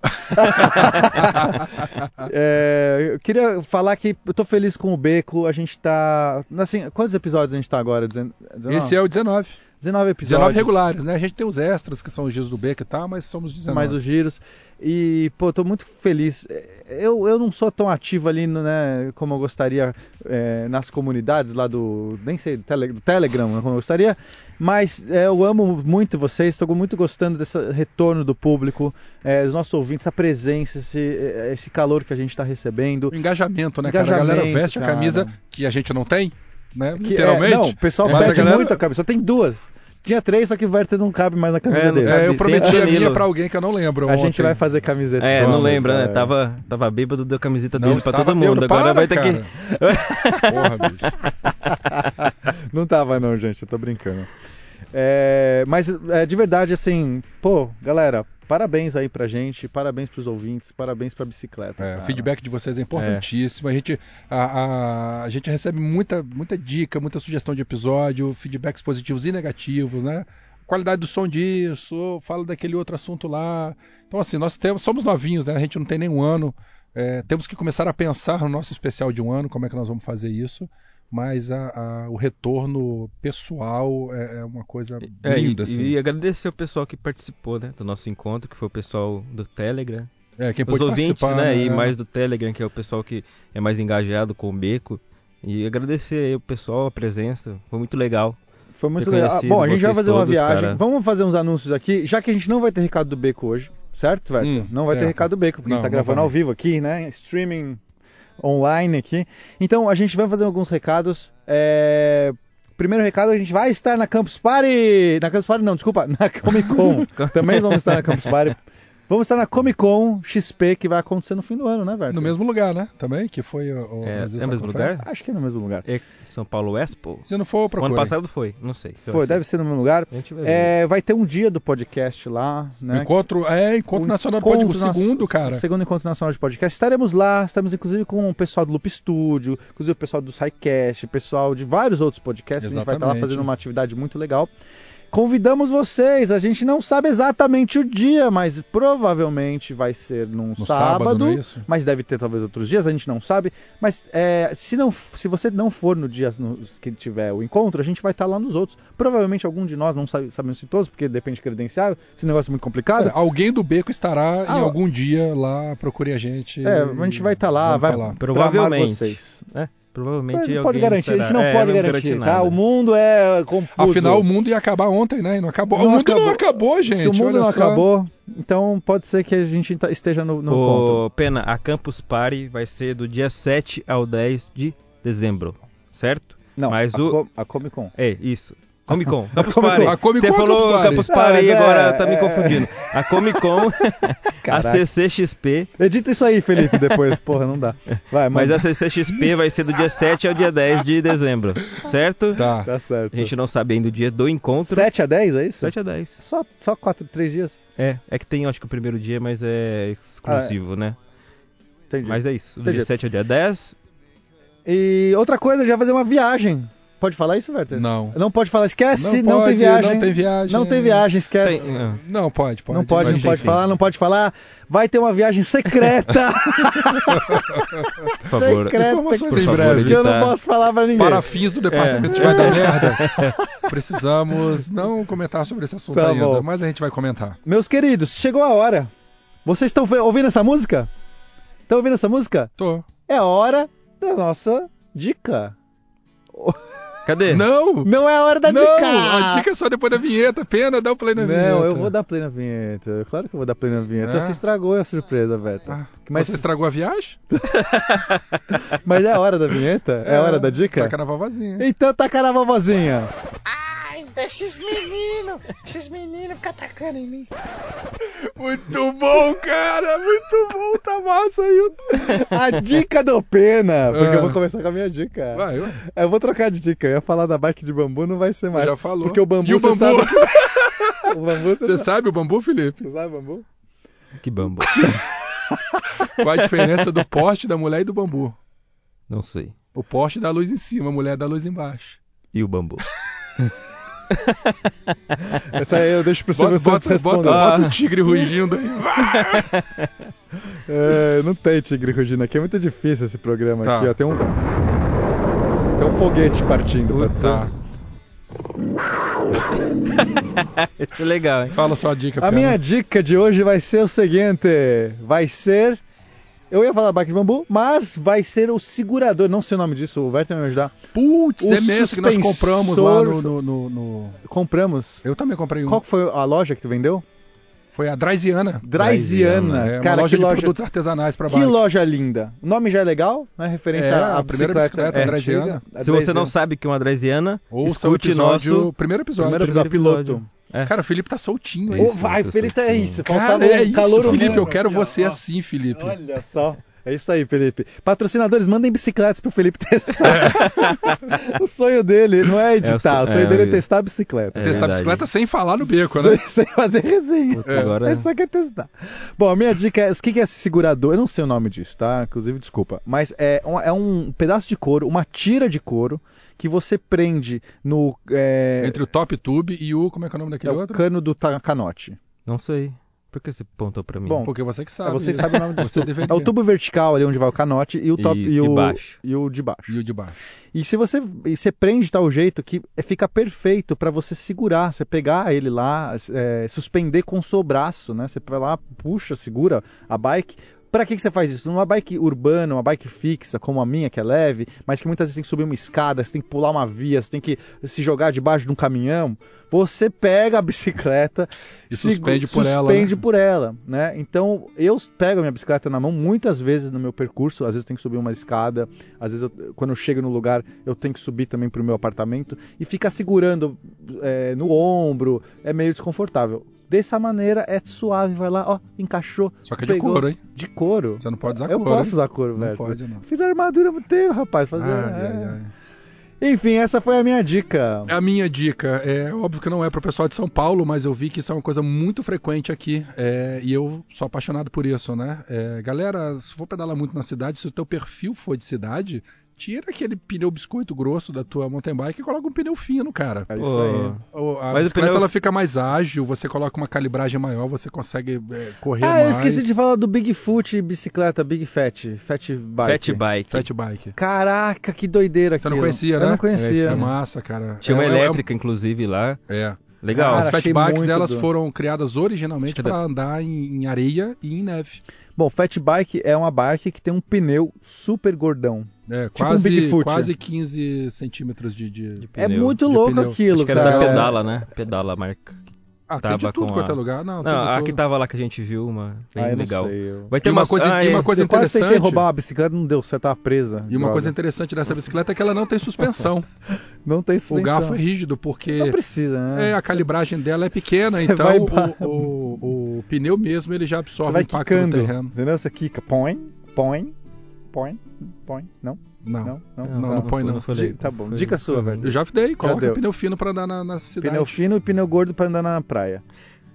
Speaker 3: É, eu queria falar que eu tô feliz com o Beco. A gente tá. Assim, quantos episódios a gente tá agora? Dezen- 19?
Speaker 2: Esse é o 19.
Speaker 3: 19 episódios.
Speaker 2: 19 regulares, né? A gente tem os extras, que são os dias do Beco e tal, mas somos 19.
Speaker 3: mais os giros. E, pô, tô muito feliz. É, Eu, eu não sou tão ativo ali, né, como eu gostaria é, nas comunidades lá do, nem sei, do, tele, do Telegram, né, como eu gostaria. Mas é, eu amo muito vocês, tô muito gostando desse retorno do público, é, dos nossos ouvintes, a presença, esse, é, esse calor que a gente tá recebendo.
Speaker 2: O engajamento, né, cara? A
Speaker 3: Engajamento,
Speaker 2: galera veste
Speaker 3: cara.
Speaker 2: a camisa que a gente não tem, né?
Speaker 3: Que,
Speaker 2: Literalmente.
Speaker 3: é, não, o pessoal
Speaker 2: Mas a
Speaker 3: pede
Speaker 2: galera-
Speaker 3: muito a cabeça, só tem duas. Tinha três, só que o Werther não cabe mais na camisa
Speaker 4: É, não
Speaker 3: dele.
Speaker 4: cabe.
Speaker 2: É, eu
Speaker 4: Tem
Speaker 2: prometi a
Speaker 4: Danilo.
Speaker 2: minha pra alguém que eu não lembro.
Speaker 3: A gente
Speaker 2: ontem.
Speaker 3: vai fazer camiseta.
Speaker 4: É,
Speaker 3: nossa,
Speaker 4: não lembra,
Speaker 3: é.
Speaker 4: né? Tava, tava bêbado, deu a camiseta
Speaker 2: Não,
Speaker 4: dele pra
Speaker 2: estava
Speaker 4: todo mundo.
Speaker 2: bêbado.
Speaker 4: Agora
Speaker 2: Para,
Speaker 4: vai ter que.
Speaker 2: cara. Porra, bicho.
Speaker 3: Não tava não, gente, eu tô brincando. É, mas é, de verdade, assim, pô, galera, parabéns aí pra gente, parabéns pros ouvintes, parabéns pra bicicleta.
Speaker 2: É,
Speaker 4: Ah.
Speaker 3: cara.
Speaker 2: o feedback de vocês é importantíssimo. A, gente, a, a- a gente recebe muita, muita dica, muita sugestão de episódio, feedbacks positivos e negativos, né? Qualidade do som disso, fala daquele outro assunto lá. Então, assim, nós temos, somos novinhos, né? A gente não tem nenhum ano. É, temos que começar a pensar no nosso especial de um ano, como é que nós vamos fazer isso. Mas a- a- o retorno pessoal é, é uma coisa
Speaker 4: É, e,
Speaker 2: linda, assim.
Speaker 4: e agradecer o pessoal que participou, né? Do nosso encontro, que foi o pessoal do Telegram.
Speaker 2: é, quem
Speaker 4: os
Speaker 2: pôde
Speaker 4: ouvintes,
Speaker 2: participar,
Speaker 4: né? E
Speaker 2: É.
Speaker 4: mais do Telegram, que é o pessoal que é mais engajado com o beco. E agradecer aí o pessoal, a presença. Foi muito legal.
Speaker 3: Foi muito
Speaker 4: ter
Speaker 3: legal. Ah,
Speaker 4: conhecido
Speaker 3: Bom, a gente vai
Speaker 4: vocês
Speaker 3: fazer uma
Speaker 4: todos,
Speaker 3: viagem.
Speaker 4: cara.
Speaker 3: Vamos fazer uns anúncios aqui, já que a gente não vai ter recado do Beco hoje, certo, Werther?
Speaker 2: Hum,
Speaker 3: não vai ter
Speaker 2: certo.
Speaker 3: recado do Beco, porque
Speaker 2: Não,
Speaker 3: a gente
Speaker 2: não
Speaker 3: tá gravando
Speaker 2: vai.
Speaker 3: ao vivo aqui, né? Streaming online aqui. Então, a gente vai fazer alguns recados. É, Primeiro recado, a gente vai estar na Campus Party! Na Campus Party não, desculpa, na Comic Con. Também vamos estar na Campus Party. Vamos estar na Comic Con XP, que vai acontecer no fim do ano, né, Werther?
Speaker 2: No mesmo lugar, né? Também, que foi o, o
Speaker 4: É,
Speaker 2: Brasil
Speaker 4: é o mesmo
Speaker 2: Sacrosanto.
Speaker 4: lugar?
Speaker 3: Acho que é no mesmo lugar.
Speaker 4: É São Paulo Expo?
Speaker 2: Se não for,
Speaker 4: O ano
Speaker 2: procura.
Speaker 4: passado foi, não sei.
Speaker 2: então
Speaker 3: Foi,
Speaker 2: assim.
Speaker 3: deve ser no mesmo lugar.
Speaker 4: A gente vai ver.
Speaker 3: É, vai ter um dia do podcast lá, né?
Speaker 2: Encontro, é, encontro
Speaker 3: O
Speaker 2: nacional do
Speaker 3: encontro
Speaker 2: Código
Speaker 3: na-
Speaker 2: Segundo, cara.
Speaker 3: o Segundo Encontro Nacional de Podcast. Estaremos lá, estaremos inclusive com o pessoal do Loop Studio, inclusive o pessoal do SciCast, o pessoal de vários outros podcasts. A gente vai estar lá
Speaker 2: Exatamente.
Speaker 3: fazendo uma atividade muito legal. Convidamos vocês, a gente não sabe exatamente o dia, mas provavelmente vai ser num
Speaker 2: No
Speaker 3: sábado.
Speaker 2: sábado, não é isso?
Speaker 3: Mas deve ter talvez outros dias, a gente não sabe. Mas é, se, não, se você não for no dia nos que tiver o encontro, a gente vai estar lá nos outros. Provavelmente algum de nós, não sabe, sabemos se todos, porque depende de credencial, esse negócio é muito complicado.
Speaker 2: É, alguém do Beco estará
Speaker 3: Ah,
Speaker 2: em algum dia lá, procure a gente.
Speaker 3: É,
Speaker 2: e
Speaker 3: a gente vai estar lá,
Speaker 2: vamos
Speaker 3: vai
Speaker 2: falar.
Speaker 3: tramar
Speaker 4: Provavelmente.
Speaker 3: vocês.
Speaker 4: É, provavelmente
Speaker 3: Mas Não
Speaker 4: alguém
Speaker 3: pode garantir, a gente não
Speaker 4: estará- é,
Speaker 3: pode
Speaker 4: não
Speaker 3: garantir,
Speaker 4: garante
Speaker 3: tá?
Speaker 4: nada.
Speaker 3: O mundo é confuso.
Speaker 2: Afinal, o mundo ia acabar ontem, né? E não acabou.
Speaker 3: Não
Speaker 2: o mundo não
Speaker 3: acabou.
Speaker 2: acabou, gente.
Speaker 3: se o mundo
Speaker 2: olha
Speaker 3: não
Speaker 2: só.
Speaker 3: acabou, então pode ser que a gente ta- esteja no, no encontro.
Speaker 4: Ô, Pena, a Campus Party vai ser do dia 7 ao 10 de dezembro, certo?
Speaker 3: Não,
Speaker 4: mas
Speaker 3: a,
Speaker 4: o-
Speaker 3: Com- a Comic Con.
Speaker 4: É, isso. Comic Con,
Speaker 2: Comic
Speaker 4: Campus
Speaker 2: Con.
Speaker 4: Party.
Speaker 2: A Comic Con
Speaker 4: Você
Speaker 2: ou
Speaker 4: falou
Speaker 2: Campus Party?
Speaker 4: Campus
Speaker 3: Não,
Speaker 4: Party
Speaker 3: mas
Speaker 4: e
Speaker 3: é-
Speaker 4: agora tá me
Speaker 3: é-
Speaker 4: confundindo. A Comic Con, a
Speaker 3: Caraca.
Speaker 4: CCXP,
Speaker 3: Edita isso aí, Felipe, depois. Porra, não dá. Vai,
Speaker 4: mas assim,
Speaker 3: manda.
Speaker 4: a CCXP vai ser do dia 7 ao dia 10 de dezembro, certo?
Speaker 2: Tá.
Speaker 3: Tá certo.
Speaker 4: A gente não sabe ainda o dia do encontro.
Speaker 3: 7 a 10, é isso?
Speaker 4: 7 a 10.
Speaker 3: Só, só 4, 3 dias?
Speaker 4: É, é que tem, acho que o primeiro dia, mas é exclusivo, né?
Speaker 3: Entendi.
Speaker 4: Mas é isso. Do
Speaker 3: Entendi.
Speaker 4: dia 7 ao dia 10.
Speaker 3: E outra coisa, a gente vai fazer uma viagem. Pode falar isso, Werther?
Speaker 2: Não.
Speaker 3: Não pode falar, esquece, não,
Speaker 2: pode,
Speaker 3: tem viagem.
Speaker 2: Não tem viagem.
Speaker 3: Não tem viagem, esquece.
Speaker 4: Tem- ah,
Speaker 2: Não, pode, pode.
Speaker 3: não pode,
Speaker 4: mas
Speaker 3: não
Speaker 4: tem
Speaker 3: pode
Speaker 4: sim.
Speaker 3: falar, não pode falar. Vai ter uma viagem secreta.
Speaker 4: por favor.
Speaker 3: secreta.
Speaker 2: Informações
Speaker 3: que-
Speaker 2: em
Speaker 4: favor,
Speaker 2: breve.
Speaker 3: que eu não
Speaker 4: editar.
Speaker 3: posso falar pra ninguém.
Speaker 2: Para fins do departamento de vai da merda, precisamos não comentar sobre esse assunto
Speaker 3: Tá
Speaker 2: ainda,
Speaker 3: bom.
Speaker 2: mas a gente vai comentar.
Speaker 3: Meus queridos, chegou a hora. Vocês estão fe- ouvindo essa música? Estão É ouvindo essa música?
Speaker 2: Tô.
Speaker 3: É a hora da nossa dica.
Speaker 4: Cadê?
Speaker 2: Não!
Speaker 3: Não é a hora da
Speaker 2: não!
Speaker 3: dica!
Speaker 2: A dica é só depois da vinheta. Pena, dá o play na vinheta.
Speaker 3: Não, eu vou dar play na vinheta. Claro que eu vou dar play na vinheta.
Speaker 2: É?
Speaker 3: Você estragou a surpresa, Beto.
Speaker 2: Ah,
Speaker 3: Mas-
Speaker 2: Mas você tá- estragou a viagem?
Speaker 3: Mas é a hora da vinheta? É a
Speaker 2: Ah,
Speaker 3: hora da dica?
Speaker 2: Taca na vovozinha.
Speaker 3: Então taca na vovozinha.
Speaker 5: Ai, esses meninos, esses meninos ficam atacando em mim.
Speaker 2: Muito bom, cara! Muito bom, tá massa aí.
Speaker 3: A dica do Pena. Porque
Speaker 2: Ah.
Speaker 3: eu vou começar com a minha dica.
Speaker 2: Vai, vai.
Speaker 3: Eu vou trocar de dica. Eu ia falar da bike de bambu, não vai ser mais.
Speaker 2: já falou.
Speaker 3: Porque o bambu,
Speaker 2: E o
Speaker 3: você
Speaker 2: bambu?
Speaker 3: sabe... o bambu, você
Speaker 2: Você
Speaker 3: sabe...
Speaker 2: sabe o bambu, Felipe?
Speaker 3: Você sabe bambu?
Speaker 4: Que bambu.
Speaker 2: Qual a diferença do poste da mulher e do bambu?
Speaker 4: Não sei.
Speaker 2: O poste dá luz em cima, a mulher dá luz embaixo.
Speaker 4: E o bambu.
Speaker 3: Essa aí eu deixo pro
Speaker 2: Bota,
Speaker 3: Silvio Santos
Speaker 2: bota, bota,
Speaker 3: responder.
Speaker 2: bota o tigre rugindo aí. Vai.
Speaker 3: É, não tem tigre rugindo aqui, é muito difícil esse programa
Speaker 2: Tá.
Speaker 3: aqui, ó. Tem um. Tem um foguete partindo, pode ser.
Speaker 2: Tá.
Speaker 4: Isso é legal, hein?
Speaker 2: Fala só a dica,
Speaker 3: A
Speaker 2: Pena.
Speaker 3: minha dica de hoje vai ser o seguinte: vai ser. Eu ia falar bike de bambu, mas vai ser o segurador. Não sei o nome disso, o Werther vai me ajudar.
Speaker 2: Putz,
Speaker 3: o
Speaker 2: é mesmo que nós compramos lá
Speaker 3: suspensor-
Speaker 2: no, no- no- no-
Speaker 3: Compramos.
Speaker 2: Eu também comprei um.
Speaker 3: Qual que foi a loja que tu vendeu?
Speaker 2: Foi a Draisiana.
Speaker 3: Draisiana.
Speaker 2: É, uma
Speaker 3: Cara,
Speaker 2: loja
Speaker 3: que
Speaker 2: de
Speaker 3: loja,
Speaker 2: produtos artesanais pra
Speaker 3: que
Speaker 2: baixo.
Speaker 3: loja linda. O nome já é legal, né? Referência
Speaker 2: É,
Speaker 3: à
Speaker 2: a primeira bicicleta
Speaker 3: antiga,
Speaker 2: draisiana.
Speaker 3: a
Speaker 4: Se você não
Speaker 3: draisiana.
Speaker 4: sabe que é uma draisiana,
Speaker 2: Ouça o
Speaker 4: escute
Speaker 2: episódio.
Speaker 4: nosso...
Speaker 2: Primeiro episódio.
Speaker 3: Primeiro episódio, piloto.
Speaker 4: é.
Speaker 2: Cara, o Felipe tá soltinho,
Speaker 4: É
Speaker 2: hein?
Speaker 3: Ô,
Speaker 4: isso,
Speaker 3: vai,
Speaker 4: tá
Speaker 3: Felipe, é
Speaker 4: certinho.
Speaker 3: isso. Faltava
Speaker 2: Cara, é
Speaker 3: um
Speaker 2: isso,
Speaker 3: calor
Speaker 2: Felipe. Eu
Speaker 3: humano.
Speaker 2: quero
Speaker 3: aqui, ó.
Speaker 2: você
Speaker 3: Ó,
Speaker 2: assim, Felipe.
Speaker 3: Olha só. É isso aí, Felipe. Patrocinadores, mandem bicicletas pro Felipe testar. o sonho dele não é editar,
Speaker 4: É, o
Speaker 3: o
Speaker 4: so-
Speaker 3: sonho
Speaker 4: é,
Speaker 3: dele é
Speaker 4: eu-
Speaker 3: testar a bicicleta.
Speaker 2: Testar
Speaker 4: É
Speaker 2: a
Speaker 4: verdade.
Speaker 2: tá bicicleta sem falar no beco,
Speaker 3: sem,
Speaker 2: né?
Speaker 3: sem fazer resenha.
Speaker 4: Puta, agora-
Speaker 3: É só quer testar. Bom, a minha dica é: o que que é esse segurador? Eu não sei o nome disso, tá? Inclusive, desculpa. Mas é um, é um pedaço de couro, uma tira de couro, que você prende no. é,
Speaker 2: Entre o Top Tube e o. Como é que é o nome
Speaker 3: é
Speaker 2: daquele
Speaker 3: o
Speaker 2: outro?
Speaker 3: cano do ta- canote.
Speaker 4: Não sei. Por que você apontou pra mim?
Speaker 3: Bom,
Speaker 2: Porque você que sabe.
Speaker 3: É, você
Speaker 2: isso.
Speaker 3: sabe o nome do
Speaker 2: Você
Speaker 3: tubo.
Speaker 2: deveria.
Speaker 3: É o tubo vertical ali onde vai o canote e o
Speaker 4: E-
Speaker 3: top e,
Speaker 4: e
Speaker 3: o
Speaker 4: baixo.
Speaker 3: e o de baixo.
Speaker 2: E o de baixo.
Speaker 3: E se você e você prende de tal jeito que é, fica perfeito para você segurar, você pegar ele lá, é, suspender com o seu braço, né? Você vai lá, puxa, segura a bike. Pra que, que você faz isso? Numa bike urbana, uma bike fixa, como a minha, que é leve, mas que muitas vezes tem que subir uma escada, você tem que pular uma via, você tem que se jogar debaixo de um caminhão, você pega a bicicleta
Speaker 2: E
Speaker 3: segu-
Speaker 2: suspende por ela,
Speaker 3: suspende
Speaker 2: né?
Speaker 3: por ela, né? Então, eu pego a minha bicicleta na mão muitas vezes no meu percurso, às vezes eu tenho que subir uma escada, às vezes eu- quando eu chego no lugar, eu tenho que subir também pro meu apartamento e ficar segurando é, no ombro, é meio desconfortável. Dessa maneira é suave, vai lá, ó, encaixou.
Speaker 2: Só que é de
Speaker 3: pegou.
Speaker 2: couro, hein?
Speaker 3: De couro.
Speaker 2: Você não pode usar
Speaker 3: eu
Speaker 2: couro.
Speaker 3: posso
Speaker 2: hein?
Speaker 3: usar couro,
Speaker 2: Não
Speaker 3: velho.
Speaker 2: pode, não.
Speaker 3: Fiz a armadura há muito tempo, rapaz. Fazer,
Speaker 2: Ai,
Speaker 3: é.
Speaker 2: ai, ai.
Speaker 3: Enfim, essa foi a minha dica.
Speaker 2: A minha dica é óbvio que não é para o pessoal de São Paulo, mas eu vi que isso é uma coisa muito frequente aqui é, e eu sou apaixonado por isso, né? É, galera, se for pedalar muito na cidade, se o teu perfil for de cidade, tira aquele pneu biscoito grosso da tua mountain bike e coloca um pneu fino, cara.
Speaker 3: É isso
Speaker 4: Pô,
Speaker 3: aí.
Speaker 2: O- A
Speaker 4: Mas o
Speaker 2: bicicleta
Speaker 4: pneu-
Speaker 2: ela fica mais ágil, você coloca uma calibragem maior, você consegue é, correr
Speaker 3: Ah,
Speaker 2: mais.
Speaker 3: eu esqueci de falar do Bigfoot bicicleta, Big Fat, Fat Bike.
Speaker 4: Fat bike.
Speaker 2: Fat bike.
Speaker 3: Caraca, que doideira
Speaker 2: Você
Speaker 3: aquilo.
Speaker 2: não conhecia,
Speaker 3: eu
Speaker 2: né?
Speaker 3: não conhecia.
Speaker 2: É massa, cara.
Speaker 4: Tinha uma
Speaker 2: É- é-
Speaker 4: elétrica, inclusive, lá.
Speaker 2: É.
Speaker 4: Legal.
Speaker 3: Cara,
Speaker 2: As
Speaker 3: achei
Speaker 2: fatbikes
Speaker 3: muito
Speaker 2: elas
Speaker 3: doido.
Speaker 2: foram criadas originalmente
Speaker 4: Acho que é
Speaker 2: para andar em, em areia e em neve.
Speaker 3: Bom, Fat Bike é uma bike que tem um pneu super gordão.
Speaker 2: É,
Speaker 3: Tipo um
Speaker 2: quase,
Speaker 3: Bigfoot.
Speaker 2: quase 15 centímetros de. de...
Speaker 3: É
Speaker 4: Pneu,
Speaker 3: muito
Speaker 2: de
Speaker 3: louco
Speaker 2: pneu.
Speaker 3: aquilo,
Speaker 4: Acho que era
Speaker 3: cara. é-
Speaker 4: da Pedala, né? Pedala, a marca.
Speaker 2: Ah, tem
Speaker 4: Tava
Speaker 2: de tudo
Speaker 4: com
Speaker 2: quanto
Speaker 4: a-
Speaker 2: é lugar? Não, tem de
Speaker 4: Não, a
Speaker 2: tudo.
Speaker 4: que
Speaker 3: tá
Speaker 4: tava lá que a gente viu, uma bem
Speaker 3: Ah, eu
Speaker 4: legal.
Speaker 3: não sei. Eu...
Speaker 4: Vai
Speaker 2: E uma coisa,
Speaker 4: ah,
Speaker 2: e
Speaker 4: é.
Speaker 2: uma coisa
Speaker 3: eu quase tentei
Speaker 2: interessante.
Speaker 3: roubar uma bicicleta, não deu, você tava presa.
Speaker 2: E uma
Speaker 3: droga.
Speaker 2: coisa interessante dessa bicicleta é que ela não tem suspensão.
Speaker 3: Não tem
Speaker 2: o
Speaker 3: suspensão.
Speaker 2: garfo é rígido,
Speaker 3: Não
Speaker 2: porque
Speaker 3: precisa, né?
Speaker 2: é, a calibragem dela é pequena,
Speaker 3: Você
Speaker 2: então
Speaker 3: vai
Speaker 2: o,
Speaker 3: ba-
Speaker 2: o- o pneu mesmo ele já
Speaker 3: Você
Speaker 4: um
Speaker 2: absorve o
Speaker 3: vai
Speaker 2: impacto do
Speaker 3: quicando,
Speaker 2: terreno.
Speaker 3: entendeu? Você quica, põe, põe, põe, põe. Não,
Speaker 2: Não.
Speaker 3: não, não.
Speaker 2: Não, não põe,
Speaker 4: foi-
Speaker 2: não.
Speaker 4: foi
Speaker 3: Di-
Speaker 4: legal.
Speaker 3: tá bom,
Speaker 4: Foi-
Speaker 3: dica sua,
Speaker 4: foi-
Speaker 3: velho.
Speaker 2: Eu já dei, coloca
Speaker 3: deu.
Speaker 2: pneu fino para andar na, na cidade.
Speaker 3: Pneu fino e pneu gordo pra andar na praia.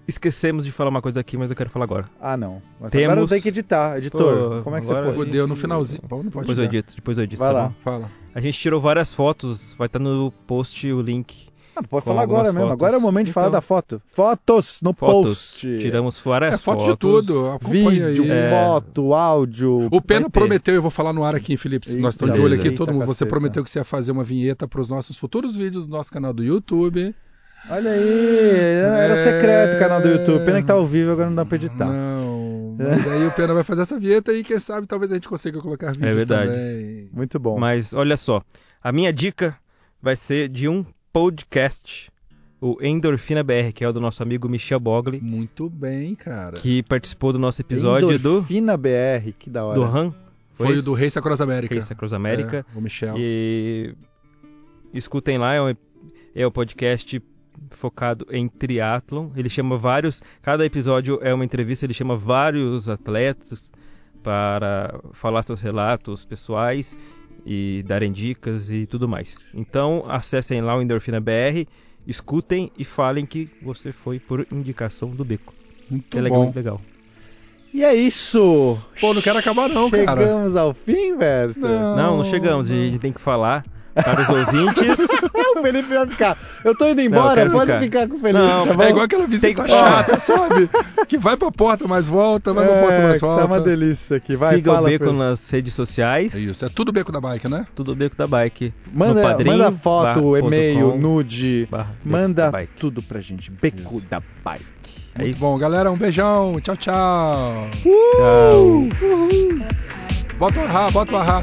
Speaker 4: Esquecemos de falar uma coisa aqui, mas eu quero falar agora.
Speaker 3: Ah, não. Mas
Speaker 4: Temos-
Speaker 3: agora eu tenho que editar. Editor,
Speaker 4: Pô,
Speaker 3: como é que
Speaker 4: agora-
Speaker 3: você pode?
Speaker 2: Fudeu no
Speaker 4: gente-
Speaker 2: finalzinho. Bom, não pode
Speaker 3: é,
Speaker 4: depois eu
Speaker 2: tirar.
Speaker 4: edito, depois eu edito.
Speaker 3: Vai
Speaker 4: tá
Speaker 3: lá.
Speaker 4: bom?
Speaker 2: Fala.
Speaker 4: A gente tirou várias fotos, vai estar no post o link.
Speaker 3: Ah, pode
Speaker 4: Com
Speaker 3: falar agora
Speaker 4: algumas
Speaker 3: mesmo.
Speaker 4: fotos.
Speaker 3: Agora é o momento de falar
Speaker 4: Então.
Speaker 3: da foto. Fotos no
Speaker 4: Fotos.
Speaker 3: post.
Speaker 4: Tiramos várias
Speaker 2: É foto
Speaker 4: fotos. é,
Speaker 2: de tudo. acompanha
Speaker 3: Vídeo,
Speaker 2: aí.
Speaker 3: foto, áudio.
Speaker 2: O Pena
Speaker 4: Vai ter.
Speaker 2: prometeu, eu vou falar no ar aqui, Felipe.
Speaker 3: Eita,
Speaker 2: nós estamos de olho aqui,
Speaker 4: beleza.
Speaker 2: todo
Speaker 3: Eita,
Speaker 2: mundo. Você
Speaker 3: caceta.
Speaker 2: prometeu que você ia fazer uma vinheta para os nossos futuros vídeos do nosso canal do YouTube.
Speaker 3: Olha aí. Era
Speaker 2: É.
Speaker 3: secreto o canal do YouTube. Pena que tá ao vivo, agora não dá pra editar.
Speaker 2: Não, mas aí o Pena vai fazer essa vinheta e quem
Speaker 4: É
Speaker 2: sabe talvez a gente consiga colocar vídeos
Speaker 4: verdade.
Speaker 2: também.
Speaker 3: Muito bom.
Speaker 4: Mas olha só, a minha dica vai ser de um podcast, o Endorfina BR, que é o do nosso amigo Michel Bogli,
Speaker 2: Muito bem, cara.
Speaker 4: que participou do nosso episódio do,
Speaker 3: Endorfina BR, que da hora.
Speaker 4: do Han.
Speaker 2: Foi, o do Race Across América.
Speaker 4: Race Across América.
Speaker 2: É, o Michel.
Speaker 4: E escutem lá, é um, é um podcast focado em triatlon. Ele chama vários, cada episódio é uma entrevista, ele chama vários atletas para falar seus relatos pessoais e darem dicas e tudo mais. Então, acessem lá o Endorfina BR, escutem e falem que você foi por indicação do Beco.
Speaker 2: Muito
Speaker 4: é legal,
Speaker 2: bom.
Speaker 4: muito legal.
Speaker 3: E é isso!
Speaker 2: Pô, não quero acabar não, cara.
Speaker 3: Chegamos ao fim, velho.
Speaker 4: Não, não chegamos, a gente tem que falar para os ouvintes.
Speaker 3: o Felipe vai ficar. Eu tô indo
Speaker 4: eu
Speaker 3: embora,
Speaker 4: quero
Speaker 3: pode ficar.
Speaker 4: ficar.
Speaker 3: com o Felipe.
Speaker 4: Não,
Speaker 3: tá bom?
Speaker 2: É igual aquela visita
Speaker 4: que-
Speaker 2: chata, sabe? Que vai pra porta, mas volta, vai pra porta,
Speaker 3: é,
Speaker 2: mas
Speaker 3: que Tá
Speaker 2: volta.
Speaker 3: uma delícia aqui, vai.
Speaker 4: Siga
Speaker 3: fala,
Speaker 4: o Beco
Speaker 3: Felipe.
Speaker 4: nas redes sociais.
Speaker 2: É isso, é tudo beco da bike, né?
Speaker 4: Tudo Beco da Bike.
Speaker 3: Manda,
Speaker 4: no padrinho,
Speaker 3: manda foto,
Speaker 4: barra
Speaker 3: e-mail,
Speaker 4: ponto com,
Speaker 3: nude.
Speaker 4: barra Beco
Speaker 3: Manda
Speaker 4: da Bike.
Speaker 3: tudo pra gente. Beco da Bike.
Speaker 4: É
Speaker 2: Muito
Speaker 4: isso.
Speaker 2: bom, galera, um beijão, tchau, tchau.
Speaker 4: Tchau.
Speaker 2: Bota o arra, bota o arra.